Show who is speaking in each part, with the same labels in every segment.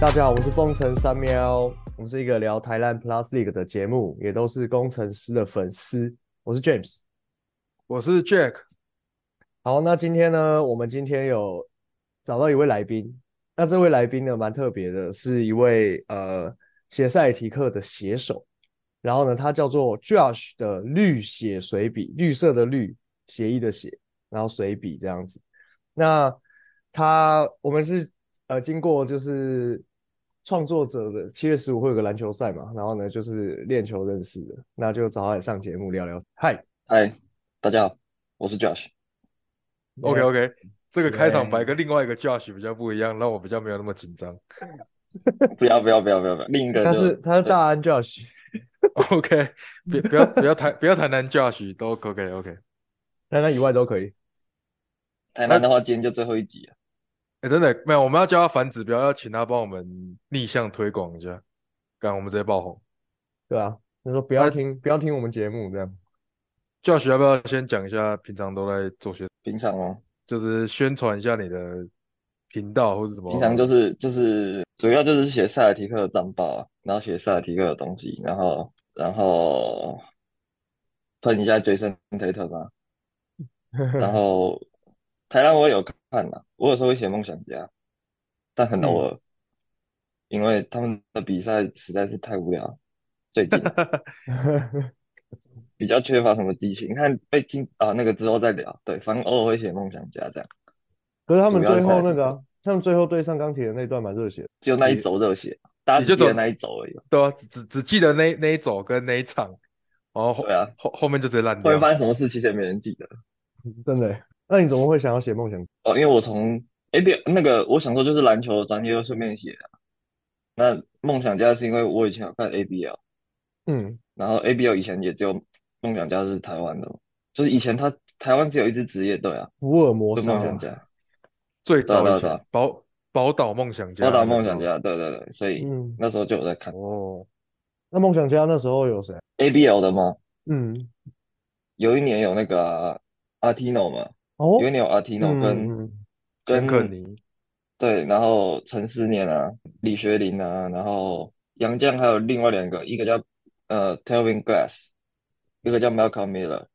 Speaker 1: 大家好，我是风城三喵，我们是一个聊台湾 Plus League 的节目，也都是工程师的粉丝。我是 James。
Speaker 2: 我是 Jack，
Speaker 1: 好，那今天呢，我们今天有找到一位来宾，那这位来宾呢，蛮特别的，是一位呃写赛提克的写手，然后呢，他叫做 Josh 的绿写随笔，绿色的绿，协议的写，然后随笔这样子。那他我们是呃经过就是创作者的七月十五会有个篮球赛嘛，然后呢就是练球认识的，那就找他来上节目聊聊。嗨
Speaker 3: 嗨，大家好，我是 Josh。
Speaker 2: ，OK OK，这个开场白跟另外一个 Josh 比较不一样，让我比较没有那么紧张。
Speaker 3: 不要不要不要不要不要，另一个
Speaker 1: 他
Speaker 3: 就是
Speaker 1: 他是
Speaker 3: 对
Speaker 1: 大安 Josh。
Speaker 2: OK，别不要不要谈不要谈谈 Josh 都 OK OK。
Speaker 1: 那那以外都可以。
Speaker 3: 台南的话，今天就最后一集了。
Speaker 2: 哎，真的没有，我们要教他反指标，要请他帮我们逆向推广一下，干我们直接爆红。
Speaker 1: 对啊，他说不要听，不要听我们节目这样。
Speaker 2: Josh 要不要先讲一下平常都在做些，
Speaker 3: 平常哦，
Speaker 2: 就是宣传一下你的频道或是什么？
Speaker 3: 平常就是就是主要就是写塞尔提克的战报啊，然后写塞尔提克的东西，然后然后喷一下 Jason Tatum 啊，
Speaker 1: 嗯
Speaker 3: 然后台南我也有看啦，我有时候会写梦想家，但很
Speaker 1: 嗯
Speaker 3: 偶尔，因为他们的比赛实在是太无聊了，最近比较缺乏什么激情。你看被禁啊，那个之后再聊。对，反正偶尔会写梦想家这样，
Speaker 1: 可是他们
Speaker 3: 主要
Speaker 1: 最
Speaker 3: 是
Speaker 1: 后
Speaker 3: 赛
Speaker 1: 那个啊、
Speaker 3: 提
Speaker 1: 他们最后对上钢铁的那段蛮热血的。
Speaker 3: 只有那一
Speaker 2: 你
Speaker 3: 轴热血，大家
Speaker 2: 你
Speaker 3: 只
Speaker 2: 就
Speaker 3: 记得
Speaker 2: 走
Speaker 3: 那一轴而已。
Speaker 2: 对啊，只只只记得那那一走跟那一场，然后后
Speaker 3: 对啊
Speaker 2: 后后面就直接烂
Speaker 3: 后
Speaker 2: 掉
Speaker 3: 面。发生什么事，其实也没人记得。
Speaker 1: 真的欸？那你怎么会想要写梦想？
Speaker 3: 哦，因为我从哎别那个，我想说就是篮球的专业，又顺便写啊。那梦想家是因为我以前有看 ABL，
Speaker 1: 嗯，
Speaker 3: 然后 ABL 以前也只有梦想家是台湾的嘛，就是以前他台湾只有一支职业队啊，
Speaker 1: 福尔摩
Speaker 3: 就
Speaker 1: 沙
Speaker 3: 梦想
Speaker 1: 嘛
Speaker 3: 家，
Speaker 2: 最
Speaker 3: 对
Speaker 2: 早
Speaker 3: 啊对啊
Speaker 2: 以
Speaker 3: 对
Speaker 2: 前
Speaker 3: 啊
Speaker 2: 宝宝岛梦想家，
Speaker 3: 报道梦想。家，对对对，所以
Speaker 1: 嗯，
Speaker 3: 那时候就有在看
Speaker 2: 哦，
Speaker 1: 那梦想家那时候有谁？
Speaker 3: ABL 的吗？
Speaker 1: 嗯，
Speaker 3: 有一年有那个啊阿提诺嘛，
Speaker 1: 哦
Speaker 3: 有一，年有阿提诺
Speaker 1: 嗯
Speaker 3: 跟
Speaker 1: 嗯
Speaker 2: 跟
Speaker 3: 跟
Speaker 2: 克尼，
Speaker 3: 对，然后陈思念啊、李学林啊，然后杨绛还有另外两个，一个叫呃 Telvin Glass，一个叫 Malcolm Miller。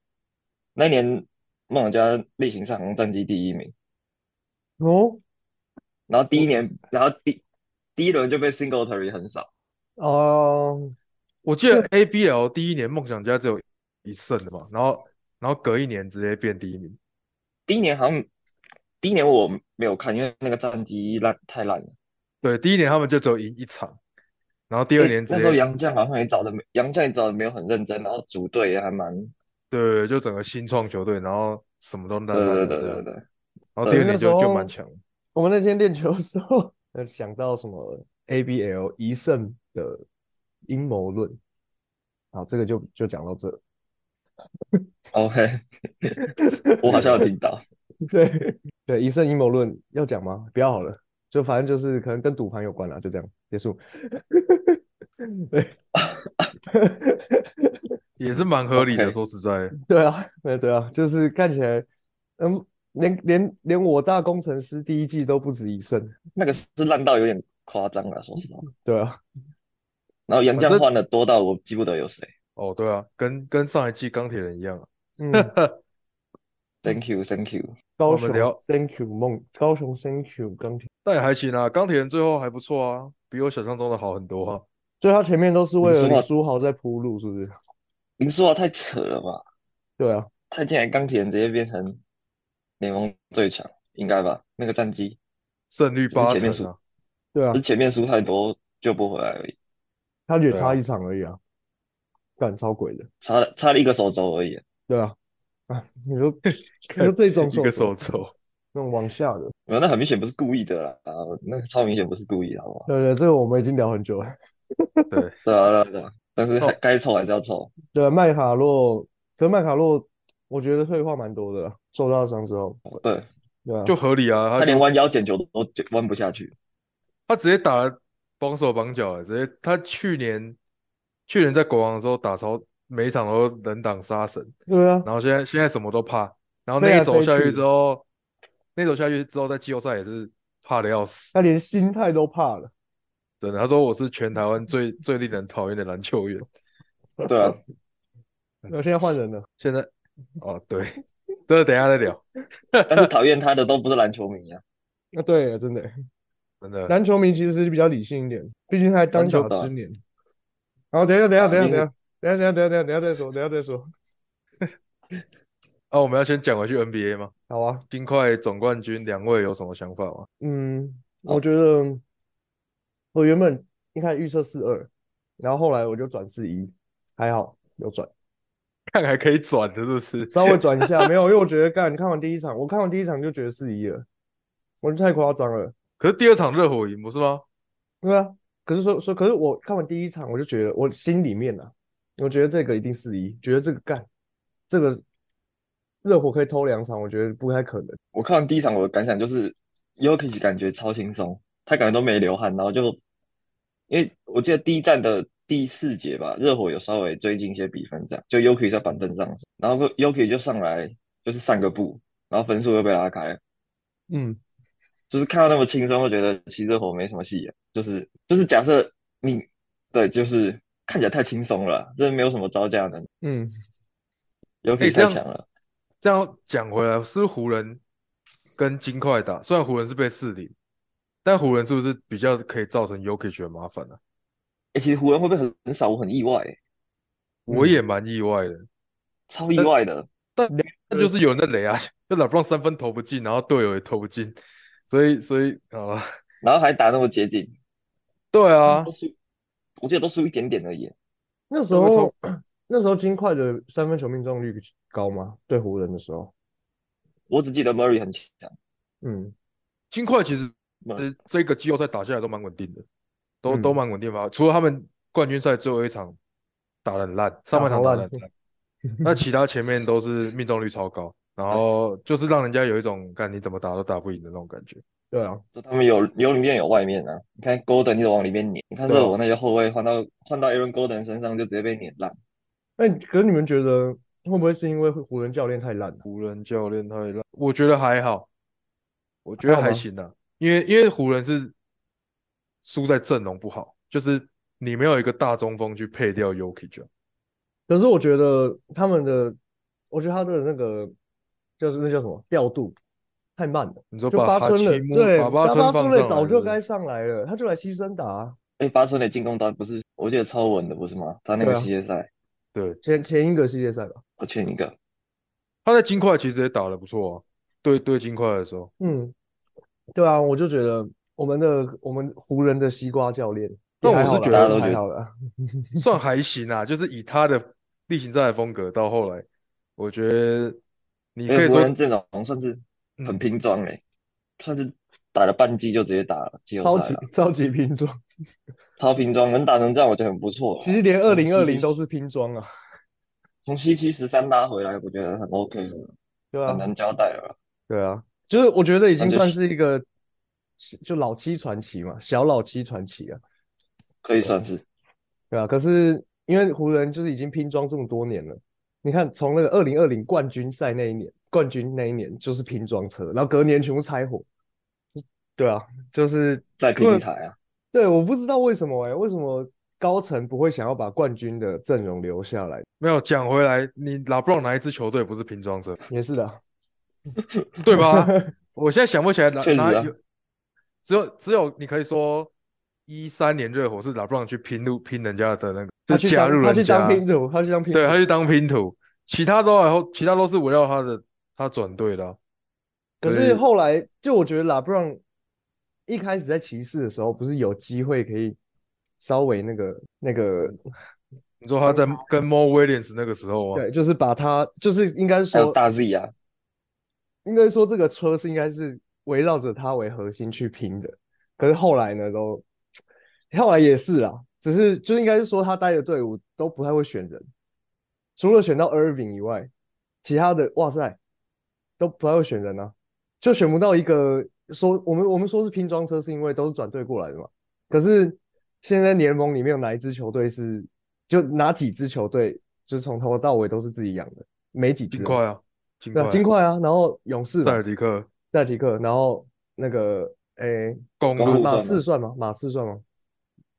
Speaker 3: 那一年梦想家例行赛好像战绩第一名，
Speaker 1: 哦
Speaker 3: 然后第
Speaker 2: 哦
Speaker 3: 一年，然后第第一轮就被 Singletary 横扫，
Speaker 1: 哦，
Speaker 2: 我记得 ABL 第一年梦想家只有一胜的嘛，然后然后隔一年直接变第一名。
Speaker 3: 第一年好像第一年我没有看，因为那个战绩烂太烂了。
Speaker 2: 对，第一年他们就只有赢一场，然后第二
Speaker 3: 诶
Speaker 2: 年直
Speaker 3: 那时候
Speaker 2: 接
Speaker 3: 杨绛好像也找的没，杨绛也找的没有很认真，然后组队也还蛮，
Speaker 2: 对，就整个新创球队，然后什么都烂
Speaker 3: 对
Speaker 2: 烂的
Speaker 3: 对对
Speaker 2: 这
Speaker 3: 对
Speaker 2: 样，
Speaker 3: 对，
Speaker 2: 然后第
Speaker 1: 对
Speaker 2: 二年
Speaker 1: 那时
Speaker 2: 就就
Speaker 1: 候
Speaker 2: 蛮强。
Speaker 1: 我们那天练球的时候，呃想到什么 ABL 一胜的阴谋论。好，这个就就讲到这。
Speaker 3: OK，我好像有听到，
Speaker 1: 对对，一胜阴谋论要讲吗？不要好了，就反正就是可能跟赌盘有关啦，就这样结束。 对
Speaker 2: 也是蛮合理的。
Speaker 3: OK
Speaker 2: 说实在，
Speaker 1: 对啊，对对啊，就是看起来，嗯，连连连我大工程师第一季都不止一胜，
Speaker 3: 那个是烂到有点夸张了，说实话。
Speaker 1: 对啊，
Speaker 3: 然后杨
Speaker 2: 反
Speaker 3: 绛
Speaker 2: 正
Speaker 3: 换的多到我记不得有谁。
Speaker 2: 哦，对啊，跟跟上一季钢铁人一样啊。
Speaker 1: 嗯，
Speaker 3: Thank you, Thank you。
Speaker 1: 高
Speaker 2: 我们
Speaker 1: 雄
Speaker 2: 聊
Speaker 1: Thank you 梦，高雄 Thank you 钢铁，
Speaker 2: 但也还行啊，钢铁人最后还不错啊，比我想象中的好很多啊。
Speaker 1: 所以他前面都是为
Speaker 3: 你
Speaker 1: 了
Speaker 3: 说
Speaker 1: 李
Speaker 3: 话
Speaker 1: 书豪在铺路，是不是？
Speaker 3: 林书豪太扯了吧？
Speaker 1: 对啊，
Speaker 3: 他竟然钢铁人直接变成联盟最强，应该吧？那个战绩
Speaker 2: 胜率
Speaker 3: 就是
Speaker 2: 八
Speaker 3: 前面
Speaker 2: 成啊，
Speaker 1: 对啊
Speaker 3: 是，前面输太多救不回来而已，
Speaker 1: 他也
Speaker 2: 对啊
Speaker 1: 差一场而已啊，干超鬼的，
Speaker 3: 差了差了一个手肘而已。
Speaker 1: 对啊， 啊，你 说你说这种
Speaker 2: 一个
Speaker 1: 手
Speaker 2: 手肘。
Speaker 1: 那种往下的，
Speaker 3: 没有，那很明显不是故意的啦，啊，那个超明显不是故意的，好不好？
Speaker 1: 对对，这个我们已经聊很久了。
Speaker 2: 对，
Speaker 3: 对啊，对啊，对啊。但是还
Speaker 2: 哦
Speaker 3: 该凑还是要凑。
Speaker 1: 对，麦卡洛，可是麦卡洛，我觉得退化蛮多的啦，受到伤之后，
Speaker 3: 哦对，
Speaker 1: 对啊，
Speaker 2: 就合理啊。
Speaker 3: 他
Speaker 2: 他
Speaker 3: 连
Speaker 2: 就
Speaker 3: 弯腰捡球都捡弯不下去。
Speaker 2: 欸他直接打了绑手绑脚，直接他去年去年在国王的时候打超，每一场都人挡杀神，
Speaker 1: 对啊，
Speaker 2: 然后现在现在什么都怕，然后
Speaker 1: 飞
Speaker 2: 那
Speaker 1: 来
Speaker 2: 一走
Speaker 1: 啊飞
Speaker 2: 下去
Speaker 1: 去
Speaker 2: 之后，那一走下去之后，在季后赛也是怕的要死，
Speaker 1: 他连心态都怕了。
Speaker 2: 真的。他说我是全台湾最最令人讨厌的篮球员，
Speaker 3: 对啊，
Speaker 1: 那啊现在换人了，
Speaker 2: 现在哦对， 这个等一下再聊，
Speaker 3: 但是讨厌他的都不是篮球迷啊，
Speaker 1: 啊，对，真的，
Speaker 2: 真的。
Speaker 1: 篮球迷其实是比较理性一点，毕竟还当
Speaker 3: 篮球
Speaker 1: 打
Speaker 3: 的
Speaker 1: 之年。好，等一下，等一下，等一
Speaker 3: 啊
Speaker 1: 下，等一下，等一下，等一下，等一下，等一下再说，等一下再说。
Speaker 2: 哦，我们要先讲回去 NBA 吗？
Speaker 1: 好啊，
Speaker 2: 金块总冠军，两位有什么想法吗？
Speaker 1: 嗯，
Speaker 3: 好
Speaker 1: 我觉得我原本一开始预测四二，然后后来我就转四一，还好有转，
Speaker 2: 看还可以转的，是不是？
Speaker 1: 稍微转一下，没有，因为我觉得干，看完第一场，我看完第一场就觉得四一了，我觉得太夸张了。
Speaker 2: 可是第二场热火赢不是吗？
Speaker 1: 对啊，可是说说，可是我看完第一场，我就觉得我心里面啊，我觉得这个一定四一，觉得这个干，这个热火可以偷两场，我觉得不太可能。
Speaker 3: 我看完第一场，我的感想就是 y o k i c 感觉超轻松，他感觉都没流汗，然后就因为我记得第一站的第四节吧，热火有稍微追进一些比分，这样就 y o k i 在板凳上，然后 y o k i 就上来就是散个步，然后分数又被拉开，
Speaker 1: 嗯，
Speaker 3: 就是看到那么轻松，会觉得其实热火没什么戏啊，就是就是假设你对，就是看起来太轻松了，啊真的没有什么招架能力
Speaker 1: 嗯，
Speaker 3: y o
Speaker 2: 哎
Speaker 3: k i
Speaker 2: 这
Speaker 3: 太
Speaker 2: 样
Speaker 3: 强了，
Speaker 2: 这样讲回来，是不是湖人跟金块打，虽然湖人是被四零，但湖人是不是比较可以造成 y o k i 的麻烦呢、啊
Speaker 3: 哎、其实湖人会不会很很少？我很意外、嗯
Speaker 2: 我也蛮意外的，
Speaker 3: 超
Speaker 2: 呃
Speaker 3: 意外的。
Speaker 2: 但就是有人在雷啊， 就 LeBron 三分投不进，然后队友也投不进，所以所以啊，
Speaker 3: 然后还打那么接近，
Speaker 2: 对啊
Speaker 3: 都，输，我记得都输一点点而已。
Speaker 1: 那时
Speaker 2: 那么从
Speaker 1: 候 那时候金块的三分球命中率高吗？对湖人的时候，
Speaker 3: 我只记得 Murray 很强，
Speaker 1: 嗯，
Speaker 2: 金块其实
Speaker 3: 那
Speaker 2: 这这个季后赛打下来都蛮稳定的，都、都
Speaker 1: 嗯
Speaker 2: 蛮稳定吧，除了他们冠军赛最后一场打得很烂，上
Speaker 1: 打
Speaker 2: 半场
Speaker 1: 超
Speaker 2: 打
Speaker 1: 烂
Speaker 2: 得很烂，那其他前面都是命中率超高，然后就是让人家有一种看你怎么打都打不赢的那种感觉。
Speaker 1: 对啊，
Speaker 3: 就他们有有里面有外面啊。你看 Golden 一直往里面撵，你看
Speaker 2: 对啊
Speaker 3: 热火那些后卫换到换到 Aaron Golden 身上就直接被撵烂。
Speaker 1: 那你哎可是你们觉得会不会是因为湖人教练太烂了？
Speaker 2: 湖人教练太烂，我觉得还好，我觉得
Speaker 1: 还好
Speaker 2: 还
Speaker 1: 吗
Speaker 2: 行啊，因为因为湖人是输在阵容不好，就是你没有一个大中锋去配掉 Yokich，、啊、
Speaker 1: 可是我觉得他们的，我觉得他的那个就是那叫什么调度太慢了。
Speaker 2: 你说
Speaker 1: 就
Speaker 2: 把
Speaker 1: 巴
Speaker 2: 哈
Speaker 1: 春
Speaker 2: 奇
Speaker 1: 磊，
Speaker 2: 姆
Speaker 1: 对，
Speaker 2: 把巴
Speaker 1: 巴
Speaker 2: 春
Speaker 1: 巴
Speaker 2: 放
Speaker 1: 磊
Speaker 2: 上来
Speaker 1: 早
Speaker 2: 是
Speaker 1: 就
Speaker 2: 不是
Speaker 1: 该上来了，他就来牺牲打啊。
Speaker 3: 哎，八村的进攻端不是，我记得超稳的，不是吗？他那个
Speaker 1: 对啊
Speaker 3: 系列赛，
Speaker 2: 对，
Speaker 1: 前前一个系列赛吧，
Speaker 3: 我欠一个。
Speaker 2: 他在金块其实也打得不错啊，对对金块的时候，
Speaker 1: 嗯，对啊，我就觉得我们的我们湖人的西瓜教练，
Speaker 2: 那
Speaker 1: 也
Speaker 2: 我
Speaker 1: 还
Speaker 2: 是
Speaker 1: 好啦也
Speaker 2: 觉
Speaker 3: 得大家都
Speaker 1: 还
Speaker 3: 觉得
Speaker 1: 好了，
Speaker 2: 算还行啊， 就是以他的例行赛的风格到后来，我觉得你
Speaker 3: 因
Speaker 2: 可
Speaker 1: 哎
Speaker 3: 为
Speaker 2: 以
Speaker 3: 湖
Speaker 2: 说
Speaker 3: 人阵容算是很
Speaker 2: 嗯
Speaker 3: 拼装诶，算是打了半季就直接打了季
Speaker 1: 超
Speaker 3: 后赛
Speaker 1: 级
Speaker 3: 了，
Speaker 1: 超级拼装，
Speaker 3: 超拼装，能打成这样我觉得很不错了。
Speaker 1: 其实连
Speaker 3: 从
Speaker 1: 二零二零
Speaker 3: 西
Speaker 1: 都是拼装啊，
Speaker 3: 从西区十三拉回来，我觉得很 OK 了，
Speaker 1: 对
Speaker 3: 很
Speaker 1: 啊，
Speaker 3: 难交代了。
Speaker 1: 对啊，就是我觉得已
Speaker 3: 那
Speaker 1: 经
Speaker 3: 就
Speaker 1: 算
Speaker 3: 是
Speaker 1: 是一个就老七传奇嘛，小老七传奇啊，
Speaker 3: 可以算是。
Speaker 1: 对啊，可是因为湖人就是已经拼装这么多年了，你看从那个二零二零冠军赛那一年，冠军那一年就是拼装车，然后隔年全部拆伙。对啊，就是
Speaker 3: 再
Speaker 1: 因
Speaker 3: 拼
Speaker 1: 为
Speaker 3: 一台啊，
Speaker 1: 对，我不知道为什么哎、为什么高层不会想要把冠军的阵容留下来？
Speaker 2: 没有讲回来，你 LeBron 哪一支球队不是拼 装者，
Speaker 1: 也是的啊，
Speaker 2: 对吧？我现在想不起来哪
Speaker 3: 确实
Speaker 2: 哪
Speaker 3: 啊
Speaker 2: 有，只有只有你可以说一三年热火是 LeBron 去拼入拼人家的那个，
Speaker 1: 他
Speaker 2: 是
Speaker 1: 去
Speaker 2: 加
Speaker 1: 当
Speaker 2: 入
Speaker 1: 他
Speaker 2: 人
Speaker 1: 去
Speaker 2: 家
Speaker 1: 当，拼图，他去当拼
Speaker 2: 对，
Speaker 1: 图
Speaker 2: 他去当拼图，其他都还后其他都是围绕他的他转队的啊、
Speaker 1: 可
Speaker 2: 所
Speaker 1: 是
Speaker 2: 以
Speaker 1: 后来，就我觉得 LeBron 一开始在骑士的时候，不是有机会可以稍微那个那个，
Speaker 2: 你说他在
Speaker 1: 哦
Speaker 2: 跟 Mo Williams 那个时候啊，
Speaker 1: 对，就是把他，就是应该
Speaker 3: 还有
Speaker 1: 说，
Speaker 3: 大 Z 啊，
Speaker 1: 应该说这个车是应该是围绕着他为核心去拼的。可是后来呢，都后来也是啦，只是就应该是说他带的队伍都不太会选人，除了选到 Irving 以外，其他的哇塞都不太会选人啊，就选不到一个说我们我们说是拼装车，是因为都是转队过来的嘛。可是现在联盟里面有哪一支球队是就哪几支球队，就是从头到尾都是自己养的，没几支
Speaker 2: 金
Speaker 1: 啊。
Speaker 2: 块啊，
Speaker 1: 对
Speaker 2: 金块
Speaker 1: 啊，
Speaker 2: 啊，
Speaker 1: 金块啊，然后勇士嘛
Speaker 2: 塞尔迪克，
Speaker 1: 塞尔提克，然后那个诶，
Speaker 2: 公
Speaker 3: 公
Speaker 2: 路
Speaker 3: 路
Speaker 1: 马
Speaker 3: 算
Speaker 1: 刺
Speaker 3: 吗
Speaker 1: 算吗？马刺算吗？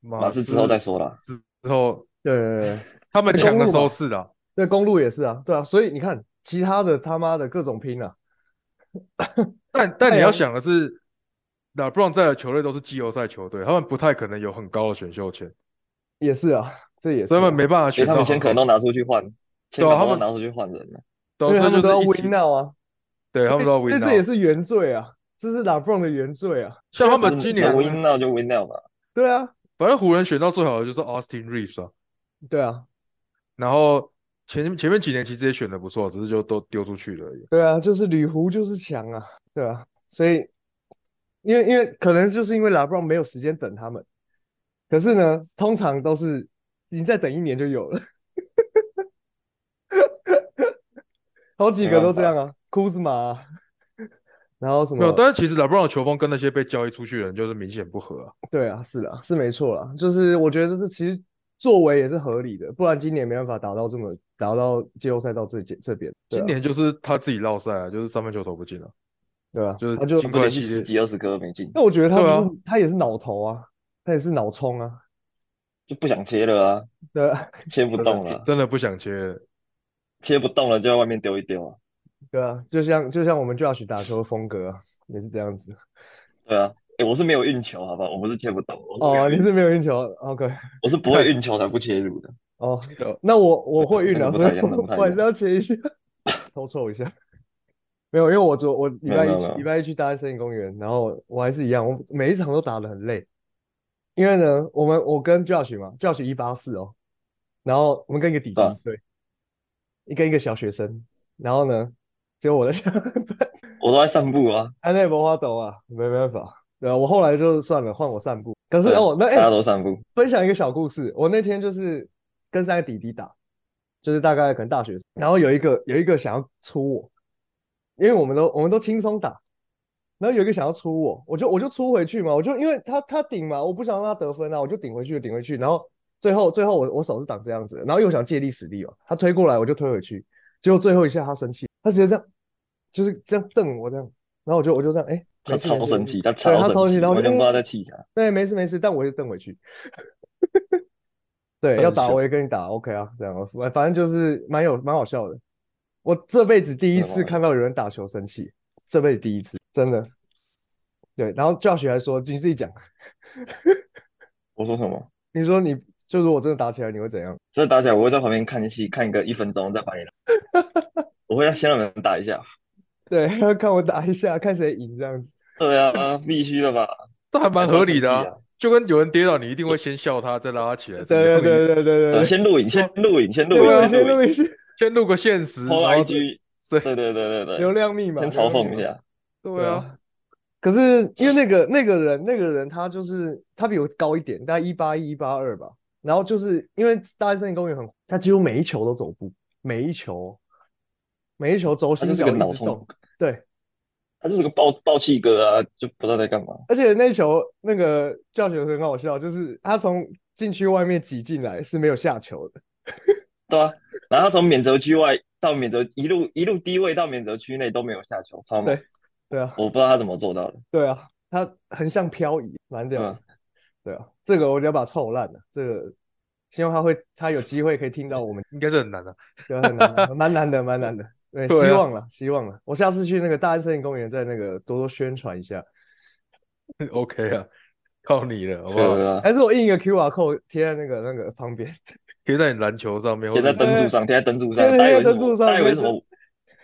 Speaker 2: 马
Speaker 3: 马刺之后再说啦。
Speaker 2: 之之后，
Speaker 1: 对对对对
Speaker 2: 他们
Speaker 1: 哎公
Speaker 2: 强的
Speaker 1: 路
Speaker 2: 时候
Speaker 1: 嘛
Speaker 2: 是的，
Speaker 1: 对，公路也是啊，对啊，所以你看其他的他妈的各种拼啊，
Speaker 2: 但但你
Speaker 1: 太
Speaker 2: 要
Speaker 1: 阳
Speaker 2: 想的是，那布朗在的球队都是季后赛球队，他们不太可能有很高的选秀权，
Speaker 1: 也是啊，这也是
Speaker 2: 所以他们
Speaker 1: 啊
Speaker 2: 没办法
Speaker 3: 因
Speaker 2: 选
Speaker 3: 为他
Speaker 2: 到
Speaker 3: 们
Speaker 2: 很
Speaker 3: 先可能
Speaker 2: 好
Speaker 3: 都拿出去换，
Speaker 2: 对
Speaker 3: 先
Speaker 2: 啊
Speaker 3: 把
Speaker 2: 他们
Speaker 3: 拿出去换人了。
Speaker 2: 对啊，
Speaker 1: 因为他们
Speaker 2: 所以就
Speaker 1: 都
Speaker 2: 是
Speaker 1: 要
Speaker 2: 一
Speaker 1: win
Speaker 2: 起
Speaker 1: now 啊，
Speaker 2: 对，他
Speaker 1: 所
Speaker 2: 们
Speaker 1: 以
Speaker 2: 都要
Speaker 1: 所
Speaker 2: win
Speaker 1: 以
Speaker 2: now。
Speaker 1: 这也是原罪啊，这是 LeBron 的原罪啊，
Speaker 2: 像他
Speaker 1: 因为
Speaker 2: 们
Speaker 1: 不
Speaker 2: 今
Speaker 1: 是
Speaker 2: 年
Speaker 1: 两
Speaker 3: 能
Speaker 1: 个
Speaker 3: win now 就 win now 吧。
Speaker 1: 对啊，
Speaker 2: 反正湖人选到最好的就是 Austin Reeves 啊，
Speaker 1: 对啊，
Speaker 2: 然后前前面几年其实也选的不错，只是就都丢出去了而已。
Speaker 1: 对啊，就是旅湖就是强啊，对啊，所以因为因为可能就是因为 LeBron 没有时间等他们，可是呢，通常都是你再等一年就有了， 好几
Speaker 3: 没
Speaker 1: 个
Speaker 3: 办
Speaker 1: 都这
Speaker 3: 法
Speaker 1: 样啊，库兹马啊，然后什
Speaker 2: 没有，
Speaker 1: 么，
Speaker 2: 但是其实 LeBron 的球风跟那些被交易出去的人就是明显不合啊。
Speaker 1: 对啊，是啦，是没错啦，就是我觉得这其实作为也是合理的，不然今年没办法达到这么达到季后赛到这这边，对
Speaker 2: 今
Speaker 1: 啊，
Speaker 2: 年就是他自己落赛啊，就是三分球投不进了、
Speaker 1: 对啊，
Speaker 2: 就是
Speaker 1: 他就
Speaker 2: 金
Speaker 3: 不
Speaker 2: 块
Speaker 3: 连续
Speaker 2: 系
Speaker 3: 十
Speaker 2: 列。
Speaker 3: 几二十个没进，
Speaker 1: 那我觉得他
Speaker 2: 对啊
Speaker 1: 就是他也是脑头啊，他也是脑冲啊。
Speaker 3: 就不想切了啊，
Speaker 1: 对啊，
Speaker 3: 切不
Speaker 2: 真
Speaker 3: 动
Speaker 2: 的
Speaker 3: 了，
Speaker 2: 真的不想切了，
Speaker 3: 切不动了就在外面丢一丢啊。
Speaker 1: 对啊，就像就像我们 Josh 打球的风格啊也是这样子。
Speaker 3: 对啊，诶，我是没有运球，好吧，我不是切不动，我是没有
Speaker 1: 哦，
Speaker 3: 运
Speaker 1: 你是没有运球，OK？
Speaker 3: 我是不会运球才不切入的。
Speaker 1: 哦，那我我会运
Speaker 3: 那
Speaker 1: 啊，
Speaker 3: 个不
Speaker 1: 所
Speaker 3: 太
Speaker 1: 以
Speaker 3: 一样那
Speaker 1: 我
Speaker 3: 个不太
Speaker 1: 我还
Speaker 3: 一
Speaker 1: 是要切一 下，偷凑一下。没有，因为我昨我礼
Speaker 3: 没有
Speaker 1: 拜
Speaker 3: 没
Speaker 1: 一
Speaker 3: 有
Speaker 1: 去
Speaker 3: 没有
Speaker 1: 礼拜一去大安森林公园，然后我还是一样，我每一场都打得很累。因为呢，我们我跟 Josh 嘛，Josh 一八四哦，然后我们跟一个弟弟
Speaker 3: 啊
Speaker 1: 对，一跟一个小学生，然后呢，只有我在下班。
Speaker 3: 我都在散步啊，
Speaker 1: 安内博花斗啊，没办法。对啊，我后来就算了，换我散步。可是
Speaker 3: 对
Speaker 1: 哦，那哎、
Speaker 3: 大家都散步。
Speaker 1: 分享一个小故事。我那天就是跟三个弟弟打，就是大概可能大学生，然后有一个有一个想要出我，因为我们都我们都轻松打，然后有一个想要出我，我就我就出回去嘛，我就因为他他顶嘛，我不想让他得分啊，我就顶回去顶回去，然后最后最后我我手是挡这样子的，然后又想借力使力嘛，他推过来我就推回去，结果最后一下他生气，他直接这样就是这样瞪我这样，然后我就我就这样哎。
Speaker 3: 他
Speaker 1: 没事
Speaker 3: 超
Speaker 1: 没事
Speaker 3: 生
Speaker 1: 没事
Speaker 3: 气，他
Speaker 1: 对他超
Speaker 3: 生
Speaker 1: 生气然后
Speaker 3: 完
Speaker 1: 就
Speaker 3: 全不知
Speaker 1: 哎
Speaker 3: 道在气啥。
Speaker 1: 对，没事没事，但我就瞪回去。对，
Speaker 2: 很
Speaker 1: 要打
Speaker 2: 小
Speaker 1: 我也跟你打，OK 啊，这样啊，反反正就是蛮有蛮好笑的。我这辈子第一
Speaker 3: 真的
Speaker 1: 次
Speaker 3: 吗
Speaker 1: 看到有人打球生气，这辈子第一次，真的。对，然后教学还说你自己讲，
Speaker 3: 我说什么？
Speaker 1: 你说你就如果真的打起来，你会怎样？
Speaker 3: 这打起来，我会在旁边看戏，看个一分钟，再把你打。我会先让你们打一下。
Speaker 1: 对， 看我打一下，看谁赢这样子。
Speaker 3: 对啊，必须的吧？
Speaker 2: 这还蛮合理的、
Speaker 3: 还是要
Speaker 2: 啊
Speaker 3: 生。
Speaker 2: 就跟有人跌倒，你一定会先笑他，再拉他起来。
Speaker 1: 对对对对对对
Speaker 3: 呃，
Speaker 1: 对，
Speaker 3: 先录影，先录影，先录
Speaker 1: 对啊
Speaker 3: 影，
Speaker 1: 先
Speaker 3: 录
Speaker 1: 录
Speaker 3: 影，
Speaker 1: 一下
Speaker 2: 先录个现实，然
Speaker 3: 抛
Speaker 2: 后再
Speaker 3: IG。
Speaker 2: 对
Speaker 3: 对对对对
Speaker 1: 流
Speaker 3: 对，
Speaker 1: 量密码，
Speaker 3: 先
Speaker 1: 流量
Speaker 3: 嘲
Speaker 1: 密
Speaker 3: 讽一
Speaker 1: 码。
Speaker 3: 下。
Speaker 2: 对啊，。
Speaker 1: 可是因为那个那个人那个人他就是他比我高一点，大概一八一一八二吧。然后就是因为大安森林公园很，他几乎每一球都走步，每一球，每一球轴
Speaker 3: 他
Speaker 1: 心
Speaker 3: 就是
Speaker 1: 脚
Speaker 3: 个
Speaker 1: 一
Speaker 3: 脑
Speaker 1: 直
Speaker 3: 充
Speaker 1: 动。，对，
Speaker 3: 他就是个爆爆气哥啊，就不知道在干嘛。
Speaker 1: 而且那球那个教学很好笑，就是他从禁区外面挤进来是没有下球的。
Speaker 3: 对啊，然后他从免责区外到免责一路一路低位到免责区内都没有下球，超猛
Speaker 1: 对！对啊，
Speaker 3: 我不知道他怎么做到的。
Speaker 1: 对啊，他很像漂移，蛮屌的。
Speaker 3: 嗯
Speaker 1: 对啊，这个我就要把它臭烂了。这个希望他会他有机会可以听到我们。
Speaker 2: 应该是很难的、啊
Speaker 1: 对，很难，蛮难的，蛮难的。对，
Speaker 2: 对啊
Speaker 1: 希望了，希望了。我下次去那个大安森林公园，再那个多多宣传一下。
Speaker 2: OK 啊，靠你了，好不哎好？
Speaker 3: 对啊，
Speaker 1: 还是我印一个 QR code 贴在那个那个旁边。
Speaker 2: 贴在你篮球上面，或
Speaker 3: 贴在
Speaker 2: 者
Speaker 3: 灯柱上，贴在灯柱
Speaker 1: 贴，
Speaker 3: 上
Speaker 1: 在
Speaker 3: 大家以为
Speaker 1: 贴在
Speaker 3: 是
Speaker 1: 灯柱
Speaker 3: 我，
Speaker 1: 上
Speaker 3: 大家以为什么？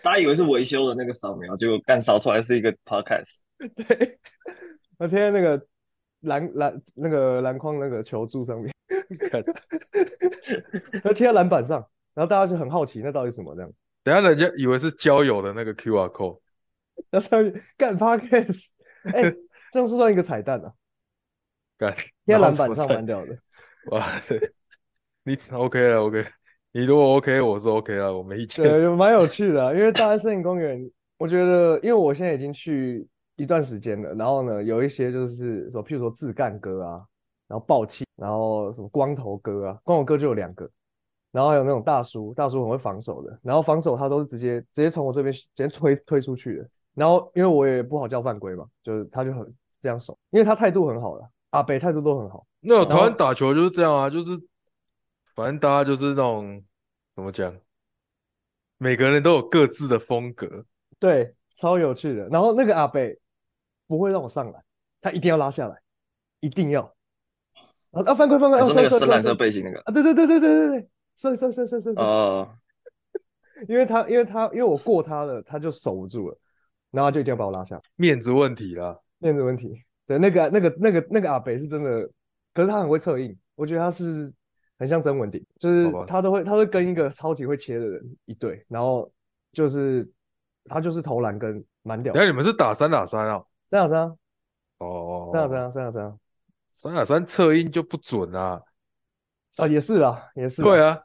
Speaker 3: 大家以为是维修的那个扫描，结果干扫出来是一个 podcast。
Speaker 1: 对，我贴在那个篮篮那个篮筐那个球柱上面，
Speaker 2: 看
Speaker 1: 然 后贴在篮板上，然后大家就很好奇那到底什么这样。
Speaker 2: 等一下人家以为是交友的那个 QR code，
Speaker 1: 然后上去干 podcast，哎、这样是算一个彩蛋啊，
Speaker 2: 干
Speaker 1: 贴在
Speaker 2: 然
Speaker 1: 篮
Speaker 2: 后
Speaker 1: 板
Speaker 2: 什么
Speaker 1: 上
Speaker 2: 菜
Speaker 1: 蛮屌的。
Speaker 2: 哇塞，你 OK 了 OK，你如果 OK 我是 OK 了，我没意 见。
Speaker 1: 对，蛮有趣的啊、因为大安森林公园，我觉得，因为我现在已经去一段时间了，然后呢，有一些就是说，譬如说自干歌啊，然后爆气，然后什么光头哥啊，光头哥就有两个，然后还有那种大叔，大叔很会防守的，然后防守他都是直接直接从我这边直接推推出去的，然后因为我也不好叫犯规嘛，就是他就很这样守，因为他态度很好了，阿北态度都很好，
Speaker 2: 那有台
Speaker 1: 然
Speaker 2: 湾
Speaker 1: 后
Speaker 2: 打球就是这样啊，就是反正大家就是那种怎么讲，每个人都有各自的风格，
Speaker 1: 对，超有趣的。然后那个阿北不会让我上来，他一定要拉下来，一定要。啊啊！犯规犯规！
Speaker 3: 你
Speaker 1: 啊，
Speaker 3: 说
Speaker 1: 算
Speaker 3: 那个
Speaker 1: 算
Speaker 3: 深
Speaker 1: 算
Speaker 3: 蓝色
Speaker 1: 算
Speaker 3: 背心那个，
Speaker 1: 啊！对对对对对对对，算算算算算算。
Speaker 3: 哦，
Speaker 1: 因为他因为他因为我过他了，他就守不住了，然后他就一定要把我拉下来，
Speaker 2: 面子问题啦。
Speaker 1: 面子问题。对，那个那个那个那个阿北是真的，可是他很会策应，我觉得他是很像曾文鼎，就是
Speaker 2: 好吧
Speaker 1: 他都会他会跟一个超级会切的人一对，然后就是他就是投篮跟满掉，
Speaker 2: 等一下你们是打三打三啊？
Speaker 1: 这样子啊，
Speaker 2: 哦，
Speaker 1: 这样子啊，这样子啊，
Speaker 2: 三打三策应就不准啊。
Speaker 1: 啊也是啦，也是啦。
Speaker 2: 对啊，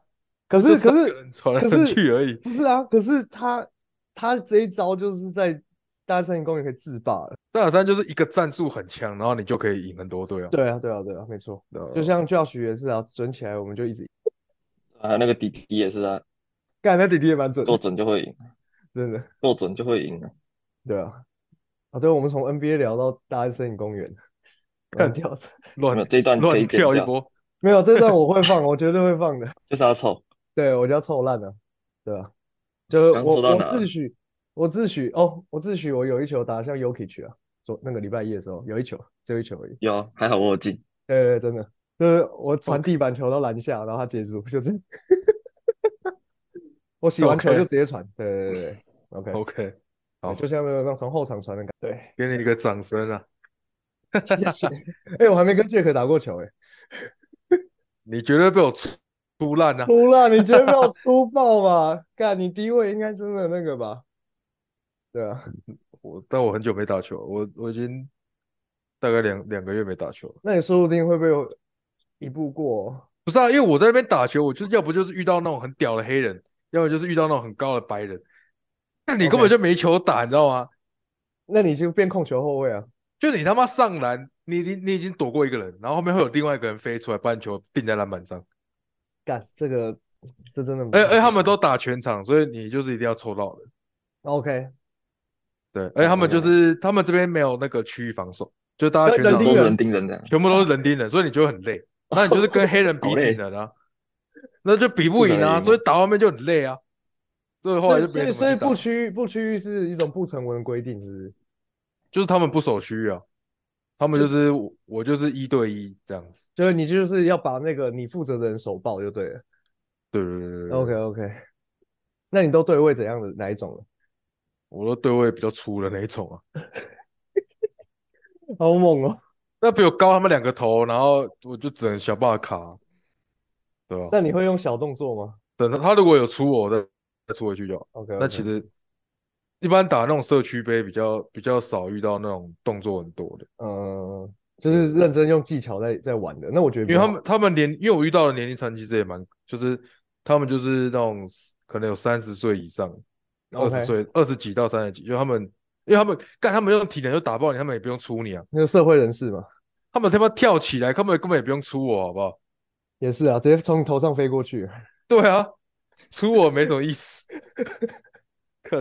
Speaker 1: 可
Speaker 2: 就是
Speaker 1: 可
Speaker 2: 三
Speaker 1: 是
Speaker 2: 个人传来
Speaker 1: 可
Speaker 2: 传
Speaker 1: 是
Speaker 2: 去而已。
Speaker 1: 不是啊？可是他他这一招就是在大森林公园可以制霸了。
Speaker 2: 三打三就是一个战术很强，然后你就可以赢很多队啊。
Speaker 1: 对啊，对啊，对啊，没错。
Speaker 2: 对啊
Speaker 1: 就像 Josh 也是啊，准起来我们就一直
Speaker 3: 还有那个弟弟也是啊，
Speaker 1: 干，那弟弟也蛮准
Speaker 3: 够
Speaker 2: 哦
Speaker 1: 的，
Speaker 3: 准就会赢，
Speaker 1: 真的。
Speaker 3: 够准就会赢啊。
Speaker 1: 对啊，啊，对，我们从 NBA 聊到大森林公园，干掉的。
Speaker 2: 乱
Speaker 3: 没有这一段可以
Speaker 2: 乱
Speaker 3: 剪
Speaker 2: 跳一
Speaker 3: 掉
Speaker 2: 波，
Speaker 1: 没有这段我会放，我绝对会放的。
Speaker 3: 就是要凑，
Speaker 1: 对，我就要臭烂了，对吧、就是
Speaker 3: 刚
Speaker 1: 我
Speaker 3: 说到
Speaker 1: 我
Speaker 3: 哪
Speaker 1: 自
Speaker 3: 了
Speaker 1: 诩，我自诩哦，我自诩我有一球打得像 Yokic 啊，昨那个礼拜一的时候有一球，只有一球而已。
Speaker 3: 有啊还好我有进，
Speaker 1: 对对，对真的就是我传地板球到篮下，然后他接住，就这样。 我洗完球
Speaker 2: OK
Speaker 1: 就直接传，对对对对，OK，
Speaker 2: OK，好，
Speaker 1: 就像那个那种从后场传的感觉。
Speaker 2: 给你一个掌声啊！
Speaker 1: 对，谢谢。 哎，我还没跟杰克打过球哎，
Speaker 2: 你绝对被我出出烂啊！
Speaker 1: 哭了，你绝对被我粗暴吧？干，你第一位应该真的那个吧？对啊，
Speaker 2: 我但我很久没打球了，我我已经大概两两个月没打球了。
Speaker 1: 那你说不定会被我一步过哦。
Speaker 2: 不是啊，因为我在那边打球，我就是要不就是遇到那种很屌的黑人，要么就是遇到那种很高的白人。那你根
Speaker 1: OK
Speaker 2: 本就没球打，你知道吗？
Speaker 1: 那你就变控球后卫啊？
Speaker 2: 就你他妈上篮，你已经你已经躲过一个人，然后后面会有另外一个人飞出来，把你球定在篮板上。
Speaker 1: 干，这个这真的不
Speaker 2: 哎
Speaker 1: 太
Speaker 2: 哎，他们
Speaker 1: 行
Speaker 2: 都打全场，所以你就是一定要抽到的。
Speaker 1: OK，
Speaker 2: 对，而且他们就是他们这边没有那个区域防守，就大家全
Speaker 1: 人
Speaker 2: 场
Speaker 1: 盯
Speaker 3: 都是
Speaker 1: 人
Speaker 3: 人盯人这样，
Speaker 2: 全部都是人盯人，所以你就会很累。那你就是跟黑人比
Speaker 3: 好累
Speaker 2: 体能啊，那就比不赢
Speaker 3: 不能
Speaker 2: 啊，
Speaker 3: 赢
Speaker 2: 所以打到后面就很累啊。所以后来就
Speaker 1: 所
Speaker 2: 别
Speaker 1: 以
Speaker 2: 人
Speaker 1: 所以不区域不区域是一种不成文的规定，是不是？
Speaker 2: 就是他们不守区域啊，他们就是我我就是一对一这样子。
Speaker 1: 就是你就是要把那个你负责的人手爆就对了。
Speaker 2: 对对对对对
Speaker 1: OK OK，那你都对位怎样的哪一种了？
Speaker 2: 我都对位比较粗的那一种啊。
Speaker 1: 好猛哦！
Speaker 2: 那比我高他们两个头，然后我就只能想办法卡，对吧？
Speaker 1: 那你会用小动作吗
Speaker 2: 等他他如果有出我，我再再出回去就好。
Speaker 1: ？OK，
Speaker 2: 那其实一般打那种社区杯比较比较少遇到那种动作很多的，
Speaker 1: 嗯，就是认真用技巧在在玩的。那我觉得
Speaker 2: 因
Speaker 1: 比
Speaker 2: 为
Speaker 1: 较
Speaker 2: 他
Speaker 1: 好，
Speaker 2: 们他们年，因为我遇到的年龄层其实也蛮，就是他们就是那种可能有三十岁以上，二
Speaker 1: OK
Speaker 2: 十岁二十几到三十几，就他们，因为他们干他们用体能就打爆你，他们也不用出你啊，
Speaker 1: 那个社会人士嘛，
Speaker 2: 他们他妈跳起来根本根本也不用出我，好不好？
Speaker 1: 也是啊，直接从你头上飞过去。
Speaker 2: 对啊，出我没什么意思。可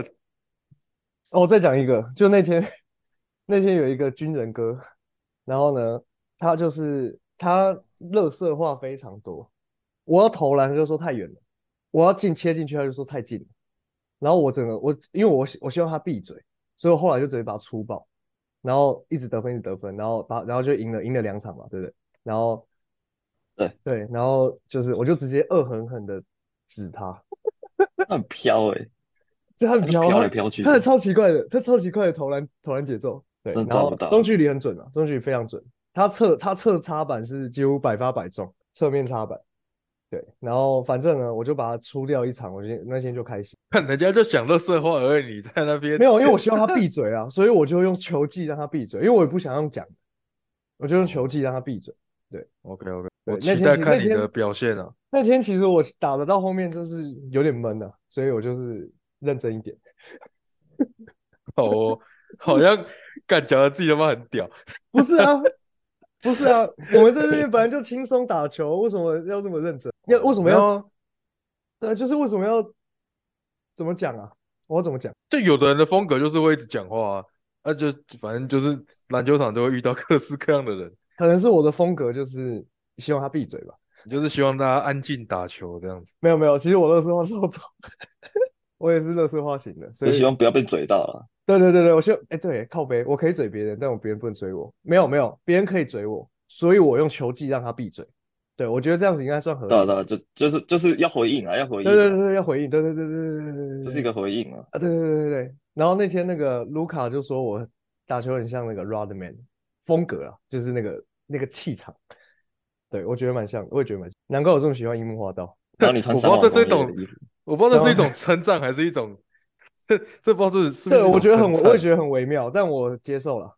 Speaker 1: 哦，我再讲一个，就那天 那天有一个军人哥，然后呢，他就是他垃圾话非常多，我要投篮他就说太远了，我要进切进去他就说太近了，然后我整个我因为我希我希望他闭嘴，所以我后来就直接把他粗暴，然后一直得分一直得分，然后把然后就赢了赢了两场嘛，对不对？然后
Speaker 3: 对
Speaker 1: 对，然后就是我就直接恶狠狠的指他，
Speaker 3: 他很飘哎，
Speaker 1: 这很
Speaker 3: 他就
Speaker 1: 彪
Speaker 3: 飘
Speaker 1: 悍。
Speaker 3: 来飘去
Speaker 1: 他
Speaker 3: 的
Speaker 2: 啊
Speaker 1: 的，超奇怪的，他超奇怪的投篮投篮节奏，对，
Speaker 3: 真
Speaker 1: 然
Speaker 3: 的抓
Speaker 1: 后
Speaker 3: 不到
Speaker 1: 中距离很准啊，中距离非常准。他侧他侧插板是几乎百发百中，侧面插板，对。然后反正呢，我就把他出掉一场，我就那天就开心。
Speaker 2: 看人家就讲乐色话而已，你在那边
Speaker 1: 没有，因为我希望他闭嘴啊，所 以我就用球技让他闭嘴，因为我也不想用讲的，我就用球技让他闭嘴。
Speaker 2: OK OK，
Speaker 1: 对
Speaker 2: 我
Speaker 1: 那天
Speaker 2: 期待
Speaker 1: 其实
Speaker 2: 看
Speaker 1: 那
Speaker 2: 你的
Speaker 1: 天
Speaker 2: 表现 啊。
Speaker 1: 那天其实我打的到后面就是有点闷了、啊，所以我就是认真一点。
Speaker 2: 好哦，好像感觉自己他妈很屌。
Speaker 1: 不是啊，不是啊，我们在这边本来就轻松打球，为什么要这么认真？要为什么
Speaker 2: 没
Speaker 1: 要？
Speaker 2: 有啊，
Speaker 1: 对啊，就是为什么要怎么讲啊？我要怎么讲？
Speaker 2: 就有的人的风格就是会一直讲话啊，啊就反正就是篮球场都会遇到各式各样的人，
Speaker 1: 可能是我的风格就是希望他闭嘴吧。
Speaker 2: 你就是希望大家安静打球这样子。
Speaker 1: 没有没有，其实我乐色化超重，我也是乐色化型的，所
Speaker 3: 就
Speaker 1: 以
Speaker 3: 希望不要被嘴到啊了。
Speaker 1: 对对对对，我希望哎对，靠背我可以嘴别人，但我别人不能嘴我。没有没有，别人可以嘴我，所以我用球技让他闭嘴。对，我觉得这样子应该算合
Speaker 3: 对啊
Speaker 1: 理。
Speaker 3: 对啊，就就是就是要回应啊，要回应
Speaker 1: 对
Speaker 3: 啊，
Speaker 1: 对对对，要回应，对对对对对对对，
Speaker 3: 这是一个回应啊。
Speaker 1: 啊，对对对对对。然后那天那个卢卡就说我打球很像那个 Rodman 风格啊，就是那个那个气场。对，我觉得蛮像的，我也觉得蛮像，难怪我这么喜欢樱木花道。
Speaker 3: 然后你穿
Speaker 2: 我不知
Speaker 3: 三
Speaker 2: 道
Speaker 3: 网
Speaker 2: 这是一
Speaker 3: 红
Speaker 2: 种
Speaker 3: 叶的衣服，
Speaker 2: 我不知道这是
Speaker 1: 然
Speaker 2: 一种称赞还是一种， 这这不知道这是是不是
Speaker 1: 对，
Speaker 2: 一
Speaker 1: 我
Speaker 2: 种
Speaker 1: 觉得很，
Speaker 2: 称
Speaker 1: 我也
Speaker 2: 赞
Speaker 1: 觉得很微妙，但我接受了。